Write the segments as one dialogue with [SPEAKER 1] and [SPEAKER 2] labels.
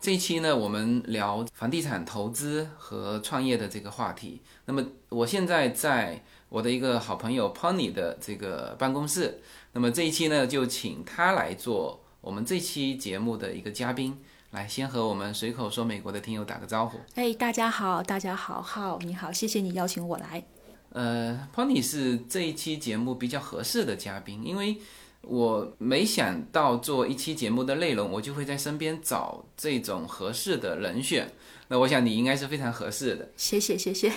[SPEAKER 1] 这一期呢，我们聊房地产投资和创业的这个话题。那么我现在在我的一个好朋友 Pony 的这个办公室，那么这一期呢，就请他来做我们这期节目的一个嘉宾。来，先和我们随口说美国的听友打个招呼。
[SPEAKER 2] 哎，大家好，大家好，浩你好，谢谢你邀请我来。
[SPEAKER 1] 呃，Pony 是这一期节目比较合适的嘉宾，因为我没想到做一期节目的内容，我就会在身边找这种合适的人选。那我想你应该是非常合适的，
[SPEAKER 2] 谢谢谢谢，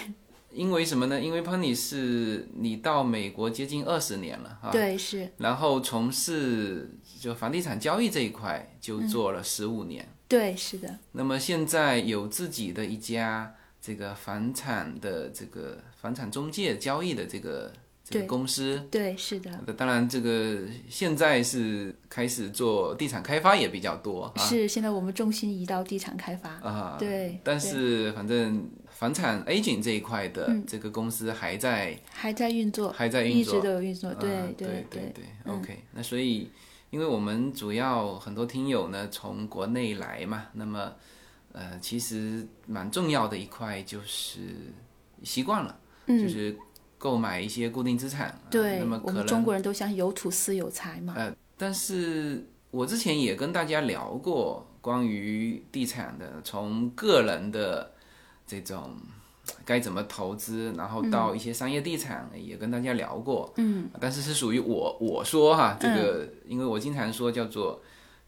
[SPEAKER 1] 因为什么呢？因为 Pony 是你到美国接近二十年了哈，，
[SPEAKER 2] 对是，
[SPEAKER 1] 然后从事就房地产交易这一块就做
[SPEAKER 2] 嗯
[SPEAKER 1] 了十五年。
[SPEAKER 2] 对是的，
[SPEAKER 1] 那么现在有自己的一家这个房产的这个房产中介交易的这个这个
[SPEAKER 2] 对
[SPEAKER 1] 公司。
[SPEAKER 2] 对是的，
[SPEAKER 1] 当然，这个现在是开始做地产开发也比较多啊
[SPEAKER 2] 是现在我们重心移到地产开发。
[SPEAKER 1] 啊，
[SPEAKER 2] 对
[SPEAKER 1] 但
[SPEAKER 2] 对
[SPEAKER 1] 是反正房产 agent 这一块的
[SPEAKER 2] 嗯
[SPEAKER 1] 这个公司还在
[SPEAKER 2] 还在运作，
[SPEAKER 1] 还在运
[SPEAKER 2] 一
[SPEAKER 1] 作
[SPEAKER 2] 直，都有运作。
[SPEAKER 1] 啊
[SPEAKER 2] 对
[SPEAKER 1] 对
[SPEAKER 2] 对，
[SPEAKER 1] 对
[SPEAKER 2] 嗯
[SPEAKER 1] o k 那所以，因为我们主要很多听友呢从国内来嘛，那么呃，其实蛮重要的一块就是习惯了，就
[SPEAKER 2] 嗯，
[SPEAKER 1] 是购买一些固定资产。啊
[SPEAKER 2] 对
[SPEAKER 1] 那么，
[SPEAKER 2] 我
[SPEAKER 1] 可
[SPEAKER 2] 们中
[SPEAKER 1] 能，哎
[SPEAKER 2] 国人都想有土斯有财嘛。
[SPEAKER 1] 呃但是我之前也跟大家聊过关于地产的，从个人的这种。该怎么投资，然后到一些商业地产、也跟大家聊过，
[SPEAKER 2] 嗯，
[SPEAKER 1] 但是是属于我我说哈，这
[SPEAKER 2] 嗯
[SPEAKER 1] 个、因为我经常说叫做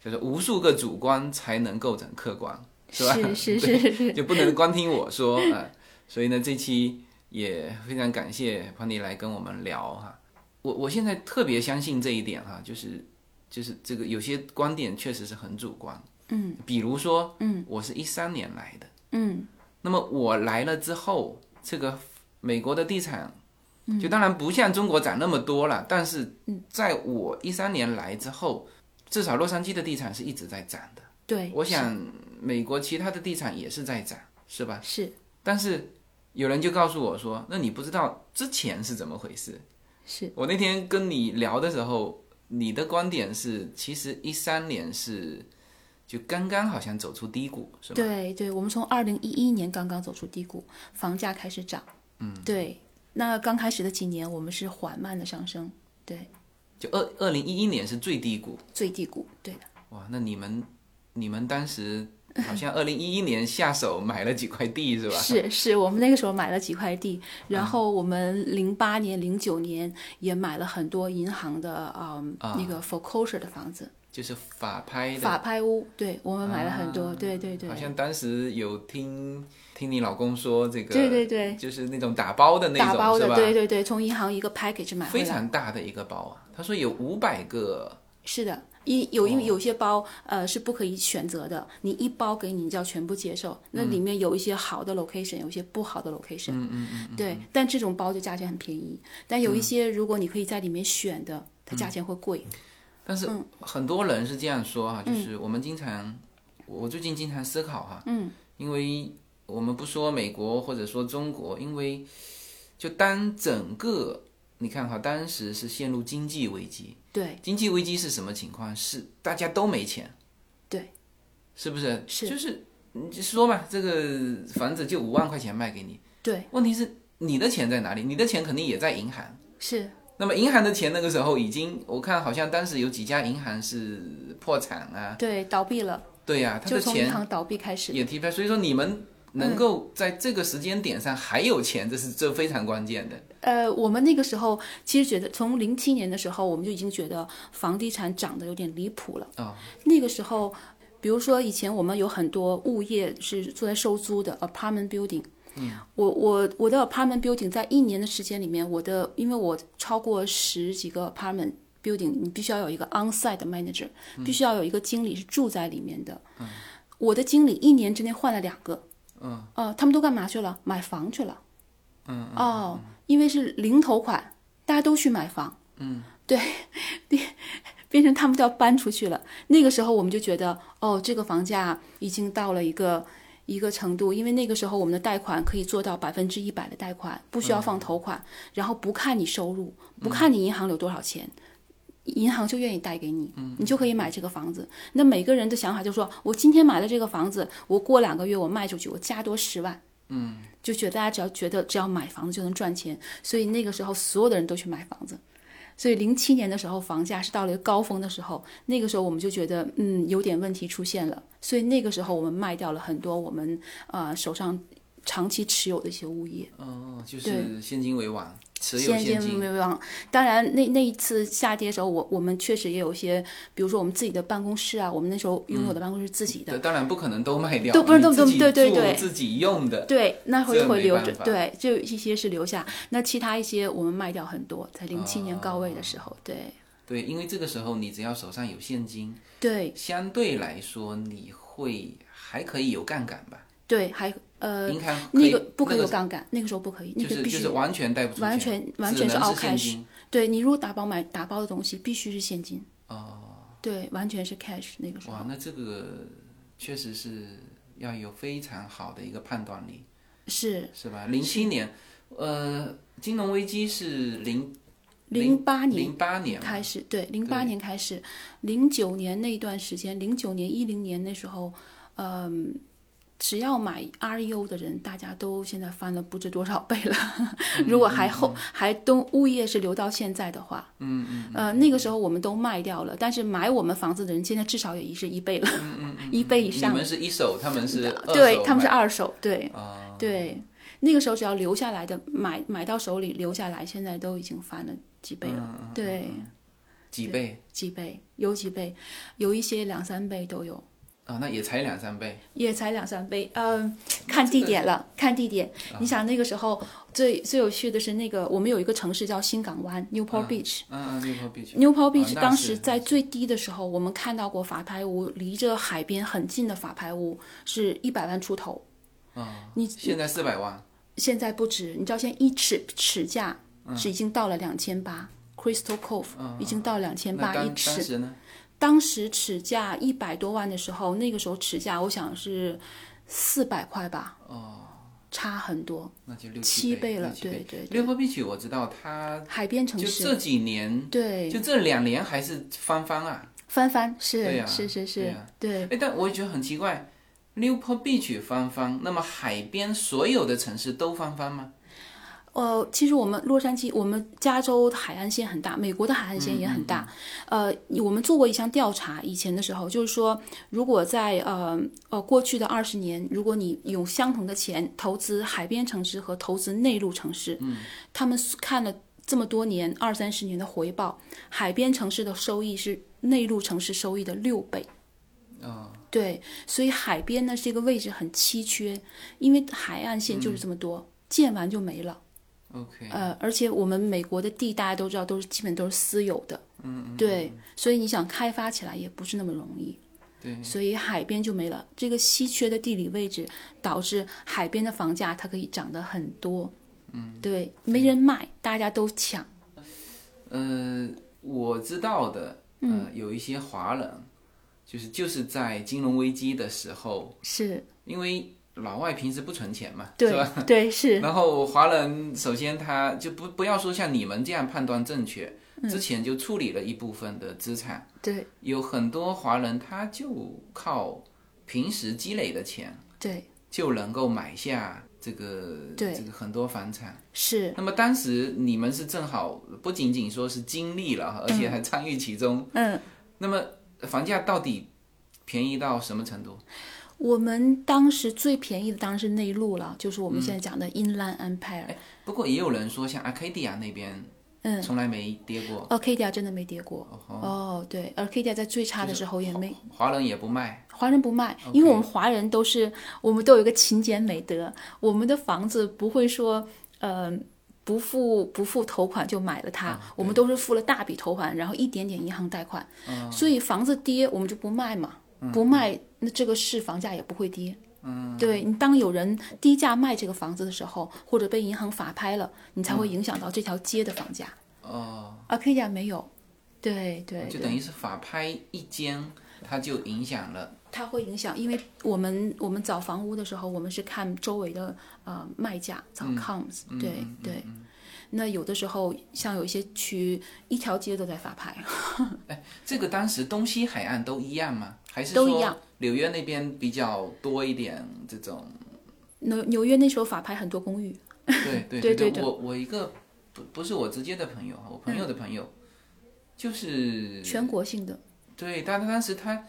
[SPEAKER 1] 叫做无数个主观才能构成客观，是吧
[SPEAKER 2] 是是
[SPEAKER 1] 对
[SPEAKER 2] 是是，
[SPEAKER 1] 就不能光听我说啊、呃所以呢，这期也非常感谢潘迪来跟我们聊哈。我我现在特别相信这一点哈，就是就是这个有些观点确实是很主观，嗯，比如说，嗯，我是一三年来的，
[SPEAKER 2] 嗯，
[SPEAKER 1] 那么我来了之后，这个美国的地产，就当然不像中国涨那么多了，但是在我一三年来之后，至少洛杉矶的地产是一直在涨的。
[SPEAKER 2] 对，
[SPEAKER 1] 我想美国其他的地产也是在涨，是吧？
[SPEAKER 2] 是
[SPEAKER 1] 但是有人就告诉我说，那你不知道之前是怎么回事。
[SPEAKER 2] 是
[SPEAKER 1] 我那天跟你聊的时候，你的观点是，其实一三年是就刚刚好像走出低谷，是吧？
[SPEAKER 2] 对对，我们从二零一一年刚刚走出低谷，房价开始涨。嗯，对。那刚开始的几年，我们是缓慢的上升，对，
[SPEAKER 1] 就二二零一一年是最低谷。
[SPEAKER 2] 最低谷，对的。
[SPEAKER 1] 哇，那你们你们当时好像二零一一年下手买了几块地是吧？啊
[SPEAKER 2] 是是，我们那个时候买了几块地，然后我们零八年、零九年也买了很多银行的嗯
[SPEAKER 1] 啊
[SPEAKER 2] 那个 foreclosure 的房子，
[SPEAKER 1] 就是法拍的，
[SPEAKER 2] 法拍屋，对我们买了很多，对对对
[SPEAKER 1] 啊好，像当时有听听你老公说这个，
[SPEAKER 2] 对对对，
[SPEAKER 1] 就是那种打包的那种
[SPEAKER 2] 打包
[SPEAKER 1] 是
[SPEAKER 2] 的，
[SPEAKER 1] 吧？
[SPEAKER 2] 对对对，从银行一个 package 买
[SPEAKER 1] 非
[SPEAKER 2] 回来，
[SPEAKER 1] 常大的一个包啊，他说有五百个，
[SPEAKER 2] 是的。一有
[SPEAKER 1] 哦
[SPEAKER 2] 因为有些包呃是不可以选择的，你一包给你你就要全部接受，那里面有一些好的 location，有一些不好的 location，
[SPEAKER 1] 嗯嗯嗯，
[SPEAKER 2] 对，但这种包就价钱很便宜，但有一些如果你可以在里面选的，
[SPEAKER 1] 嗯
[SPEAKER 2] 它价钱会贵，
[SPEAKER 1] 但是
[SPEAKER 2] 嗯
[SPEAKER 1] 很多人是这样说哈、就是我们经常，我我最近经常思考哈、嗯，因为我们不说美国或者说中国，因为就当整个你看哈，当时是陷入经济危机，
[SPEAKER 2] 对
[SPEAKER 1] 经济危机是什么情况？是大家都没钱，
[SPEAKER 2] 对，
[SPEAKER 1] 是不是？
[SPEAKER 2] 是
[SPEAKER 1] 就是你就说嘛，这个房子就五万块钱卖给你，
[SPEAKER 2] 对。
[SPEAKER 1] 问题是你的钱在哪里？你的钱肯定也在银行。
[SPEAKER 2] 是
[SPEAKER 1] 那么银行的钱那个时候已经，我看好像当时有几家银行是破产啊，
[SPEAKER 2] 对，倒闭了，
[SPEAKER 1] 对呀、他
[SPEAKER 2] 就
[SPEAKER 1] 的
[SPEAKER 2] 从银
[SPEAKER 1] 钱
[SPEAKER 2] 行倒闭开始。
[SPEAKER 1] 也提出来，所以说你们能够在这个时间点上还有钱，这是这非常关键的。
[SPEAKER 2] 呃，我们那个时候其实觉得，从零七年的时候，我们就已经觉得房地产涨得有点离谱了。
[SPEAKER 1] 哦
[SPEAKER 2] 那个时候，比如说以前我们有很多物业是做在收租的 apartment building。嗯，我我我的 apartment building 在一年的时间里面，我的因为我超过十几个 apartment building，你必须要有一个 onsite manager，必须要有一个经理是住在里面的。嗯，我的经理一年之内换了两个。嗯，呃，他们都干嘛去了？买房去了。嗯，哦，因为是零头款，大家都去买房。嗯，对， 变成他们都要搬出去了。那个时候我们就觉得，哦，这个房价已经到了一个一个程度，因为那个时候我们的贷款可以做到百分之一百的嗯贷款，不需要放头款，然后不看你收入，不看你银行里有多少钱，银行就愿意贷给你，你就可以买这个房子。那每个人的想法就是说，我今天买了这个房子，我过两个月我卖出去，我加多十万，嗯，就觉得大家只要觉得只要买房子就能赚钱，所以那个时候所有的人都去买房子。所以零七年的时候，房价是到了一个高峰的时候，那个时候我们就觉得，嗯，有点问题出现了。所以那个时候我们卖掉了很多我们呃手上长期持有的一些物业。
[SPEAKER 1] 哦，就是现金为王，持有
[SPEAKER 2] 现
[SPEAKER 1] 现金
[SPEAKER 2] 金为王。当然，那那一次下跌的时候，我我们确实也有一些，比如说我们自己的办公室啊，我们那时候拥有的办公室是自己的，
[SPEAKER 1] 对，当然不可能都卖掉，
[SPEAKER 2] 都不是
[SPEAKER 1] 你
[SPEAKER 2] 都不
[SPEAKER 1] 自己
[SPEAKER 2] 对对
[SPEAKER 1] 住
[SPEAKER 2] 对
[SPEAKER 1] 自己用的，
[SPEAKER 2] 对，那会
[SPEAKER 1] 这
[SPEAKER 2] 会
[SPEAKER 1] 没
[SPEAKER 2] 留
[SPEAKER 1] 办
[SPEAKER 2] 着，
[SPEAKER 1] 法
[SPEAKER 2] 对，就有一些是留下，那其他一些我们卖掉很多，在零七年高位的时
[SPEAKER 1] 哦
[SPEAKER 2] 候，对
[SPEAKER 1] 对，因为这个时候你只要手上有现金，
[SPEAKER 2] 对
[SPEAKER 1] 相对来说你会还可以有杠杆吧？
[SPEAKER 2] 对，还呃
[SPEAKER 1] 银行可以
[SPEAKER 2] 那个不可
[SPEAKER 1] 那
[SPEAKER 2] 以有
[SPEAKER 1] 个
[SPEAKER 2] 杠杆，那个时候不可以，那
[SPEAKER 1] 就
[SPEAKER 2] 个
[SPEAKER 1] 是
[SPEAKER 2] 必
[SPEAKER 1] 就
[SPEAKER 2] 须
[SPEAKER 1] 是完全贷不出钱，
[SPEAKER 2] 完全完全
[SPEAKER 1] 只
[SPEAKER 2] 是
[SPEAKER 1] 能
[SPEAKER 2] all
[SPEAKER 1] 是现
[SPEAKER 2] cash
[SPEAKER 1] 金。
[SPEAKER 2] 对你如果打包买打包的东西，必须是现金。哦，对，完全是 cash 那个时候。
[SPEAKER 1] 哇，那这个确实是要有非常好的一个判断力，
[SPEAKER 2] 是
[SPEAKER 1] 是吧？零七年，呃，金融危机是零
[SPEAKER 2] 零八年
[SPEAKER 1] 零八年嘛
[SPEAKER 2] 开始，对，零八年开始，零九年那一段时间，零九年、一零年那时候，嗯，只要买 REO 的人，大家都现在翻了不知多少倍了。
[SPEAKER 1] 嗯
[SPEAKER 2] 如果还后还都物业是留到现在的话，嗯嗯，呃，那个时候我们都卖掉了，但是买我们房子的人现在至少也已是一倍了， 一倍以上
[SPEAKER 1] 嗯你。们是一手，他们是二手
[SPEAKER 2] 对，他们是
[SPEAKER 1] 买
[SPEAKER 2] 二手，对、
[SPEAKER 1] 啊
[SPEAKER 2] 对。那个时候只要留下来的，买买到手里留下来，现在都已经翻了几倍了，
[SPEAKER 1] 嗯
[SPEAKER 2] 对，
[SPEAKER 1] 几倍
[SPEAKER 2] 几倍，有几倍，有一些两三倍都有，
[SPEAKER 1] 啊、那也才两三倍，
[SPEAKER 2] 也才两三倍，嗯，看地点了，看地点。你想那个时候最最有趣的是那个，我们有一个城市叫新港湾 （Newport Beach）。
[SPEAKER 1] 嗯嗯，六块币
[SPEAKER 2] Newport
[SPEAKER 1] 啊
[SPEAKER 2] Beach
[SPEAKER 1] 那
[SPEAKER 2] 当
[SPEAKER 1] 是
[SPEAKER 2] 时在最低的时候，我们看到过法拍屋，离着海边很近的法拍屋是一百万出头。
[SPEAKER 1] 啊，
[SPEAKER 2] 你
[SPEAKER 1] 现在四百万，
[SPEAKER 2] 现在不止，你知道现在一尺尺价
[SPEAKER 1] 嗯
[SPEAKER 2] 是已经到了两千八，Crystal Cove 已经到两千
[SPEAKER 1] 啊那
[SPEAKER 2] 八
[SPEAKER 1] 当
[SPEAKER 2] 一
[SPEAKER 1] 当
[SPEAKER 2] 尺。
[SPEAKER 1] 时呢？
[SPEAKER 2] 当时尺价一百多万的时候，那个时候尺价我想是四百块吧，
[SPEAKER 1] 哦，
[SPEAKER 2] 差很多，
[SPEAKER 1] 那就六
[SPEAKER 2] 七
[SPEAKER 1] 倍
[SPEAKER 2] 倍了
[SPEAKER 1] 六。七
[SPEAKER 2] 对对，
[SPEAKER 1] 六块币曲我知道它
[SPEAKER 2] 海边城
[SPEAKER 1] 呃就
[SPEAKER 2] 市，
[SPEAKER 1] 这几年，
[SPEAKER 2] 对，
[SPEAKER 1] 就这两年还是翻番啊。
[SPEAKER 2] 翻番
[SPEAKER 1] 对
[SPEAKER 2] 是、
[SPEAKER 1] 呀
[SPEAKER 2] 是是
[SPEAKER 1] 对
[SPEAKER 2] 是
[SPEAKER 1] 呀，
[SPEAKER 2] 对
[SPEAKER 1] 哎，但我也觉得很奇怪。六坡 beach 翻番，那么海边所有的城市都翻番吗？
[SPEAKER 2] 呃，其实我们洛杉矶，我们加州的海岸线很大，美国的海岸线也很大。呃，我们做过一项调查，以前的时候就是说，如果在呃呃过去的二十年，如果你有相同的钱投资海边城市和投资内陆城市，嗯，他们看了这么多年二三十年的回报，海边城市的收益是内陆城市收益的六倍。对，所以海边呢这个位置很稀缺，因为海岸线就是这么多，建完就没了。
[SPEAKER 1] OK，
[SPEAKER 2] 呃，而且我们美国的地大家都知道，都是基本都是私有的，嗯嗯，对，所以你想开发起来也不是那么容易，
[SPEAKER 1] 对，
[SPEAKER 2] 所以海边就没了。这个稀缺的地理位置导致海边的房价它可以涨得很多，嗯，对，没人卖，大家都抢，
[SPEAKER 1] 呃，我知道的，
[SPEAKER 2] 嗯
[SPEAKER 1] 呃，有一些华人，就是就是在金融危机的时候，
[SPEAKER 2] 是，
[SPEAKER 1] 因为老外平时不存钱嘛，
[SPEAKER 2] 对
[SPEAKER 1] 是吧？，
[SPEAKER 2] 对，是，
[SPEAKER 1] 然后华人首先他就不不要说像你们这样判断正确，之前就处理了一部分的资产，
[SPEAKER 2] 嗯对，
[SPEAKER 1] 有很多华人他就靠平时积累的钱
[SPEAKER 2] 对，
[SPEAKER 1] 就能够买下这个
[SPEAKER 2] 对
[SPEAKER 1] 这个很多房产。
[SPEAKER 2] 是，
[SPEAKER 1] 那么当时你们是正好不仅仅说是经历了，而且还参与其中。
[SPEAKER 2] 嗯，
[SPEAKER 1] 那么房价到底便宜到什么程度？
[SPEAKER 2] 我们当时最便宜的当然是内陆了，就是我们现在讲的 Inland Empire，
[SPEAKER 1] 哎不过也有人说，像阿卡迪亚那边，
[SPEAKER 2] 嗯，
[SPEAKER 1] 从来没跌过，
[SPEAKER 2] Arcadia 真的没跌过哦，对，Arcadia 在最差的时候也没，
[SPEAKER 1] 华人也不卖。
[SPEAKER 2] 华人不卖，因为我们华人都是我们都有一个勤俭美德，我们的房子不会说，呃，不付不付头款就买了它，我们都是付了大笔头款，然后一点点银行贷款，所以房子跌我们就不卖嘛，不卖那这个市房价也不会跌。嗯，对你当有人低价卖这个房子的时候，或者被银行法拍了，你才会影响到这条街的房价。啊
[SPEAKER 1] 哦，
[SPEAKER 2] Arcadia 没有，对对，
[SPEAKER 1] 就
[SPEAKER 2] 对
[SPEAKER 1] 等于是法拍一间，它就影响了。
[SPEAKER 2] 它会影响，因为我们我们找
[SPEAKER 1] 嗯
[SPEAKER 2] 房屋的时候，我们是看周围的呃卖价，找 coms，、对对。那有的时候像有一些区一条街都在发牌，
[SPEAKER 1] 哎这个当时东西海岸都一样吗？还是
[SPEAKER 2] 都一
[SPEAKER 1] 说
[SPEAKER 2] 样
[SPEAKER 1] 纽约那边比较多一点这 种？
[SPEAKER 2] 纽纽约那时候法拍很多公寓，
[SPEAKER 1] 对对
[SPEAKER 2] 对
[SPEAKER 1] 对
[SPEAKER 2] 对对嗯
[SPEAKER 1] 我我一个不不是我直接的朋友，我朋友的朋友，就是
[SPEAKER 2] 全国性的，
[SPEAKER 1] 对，但他当时他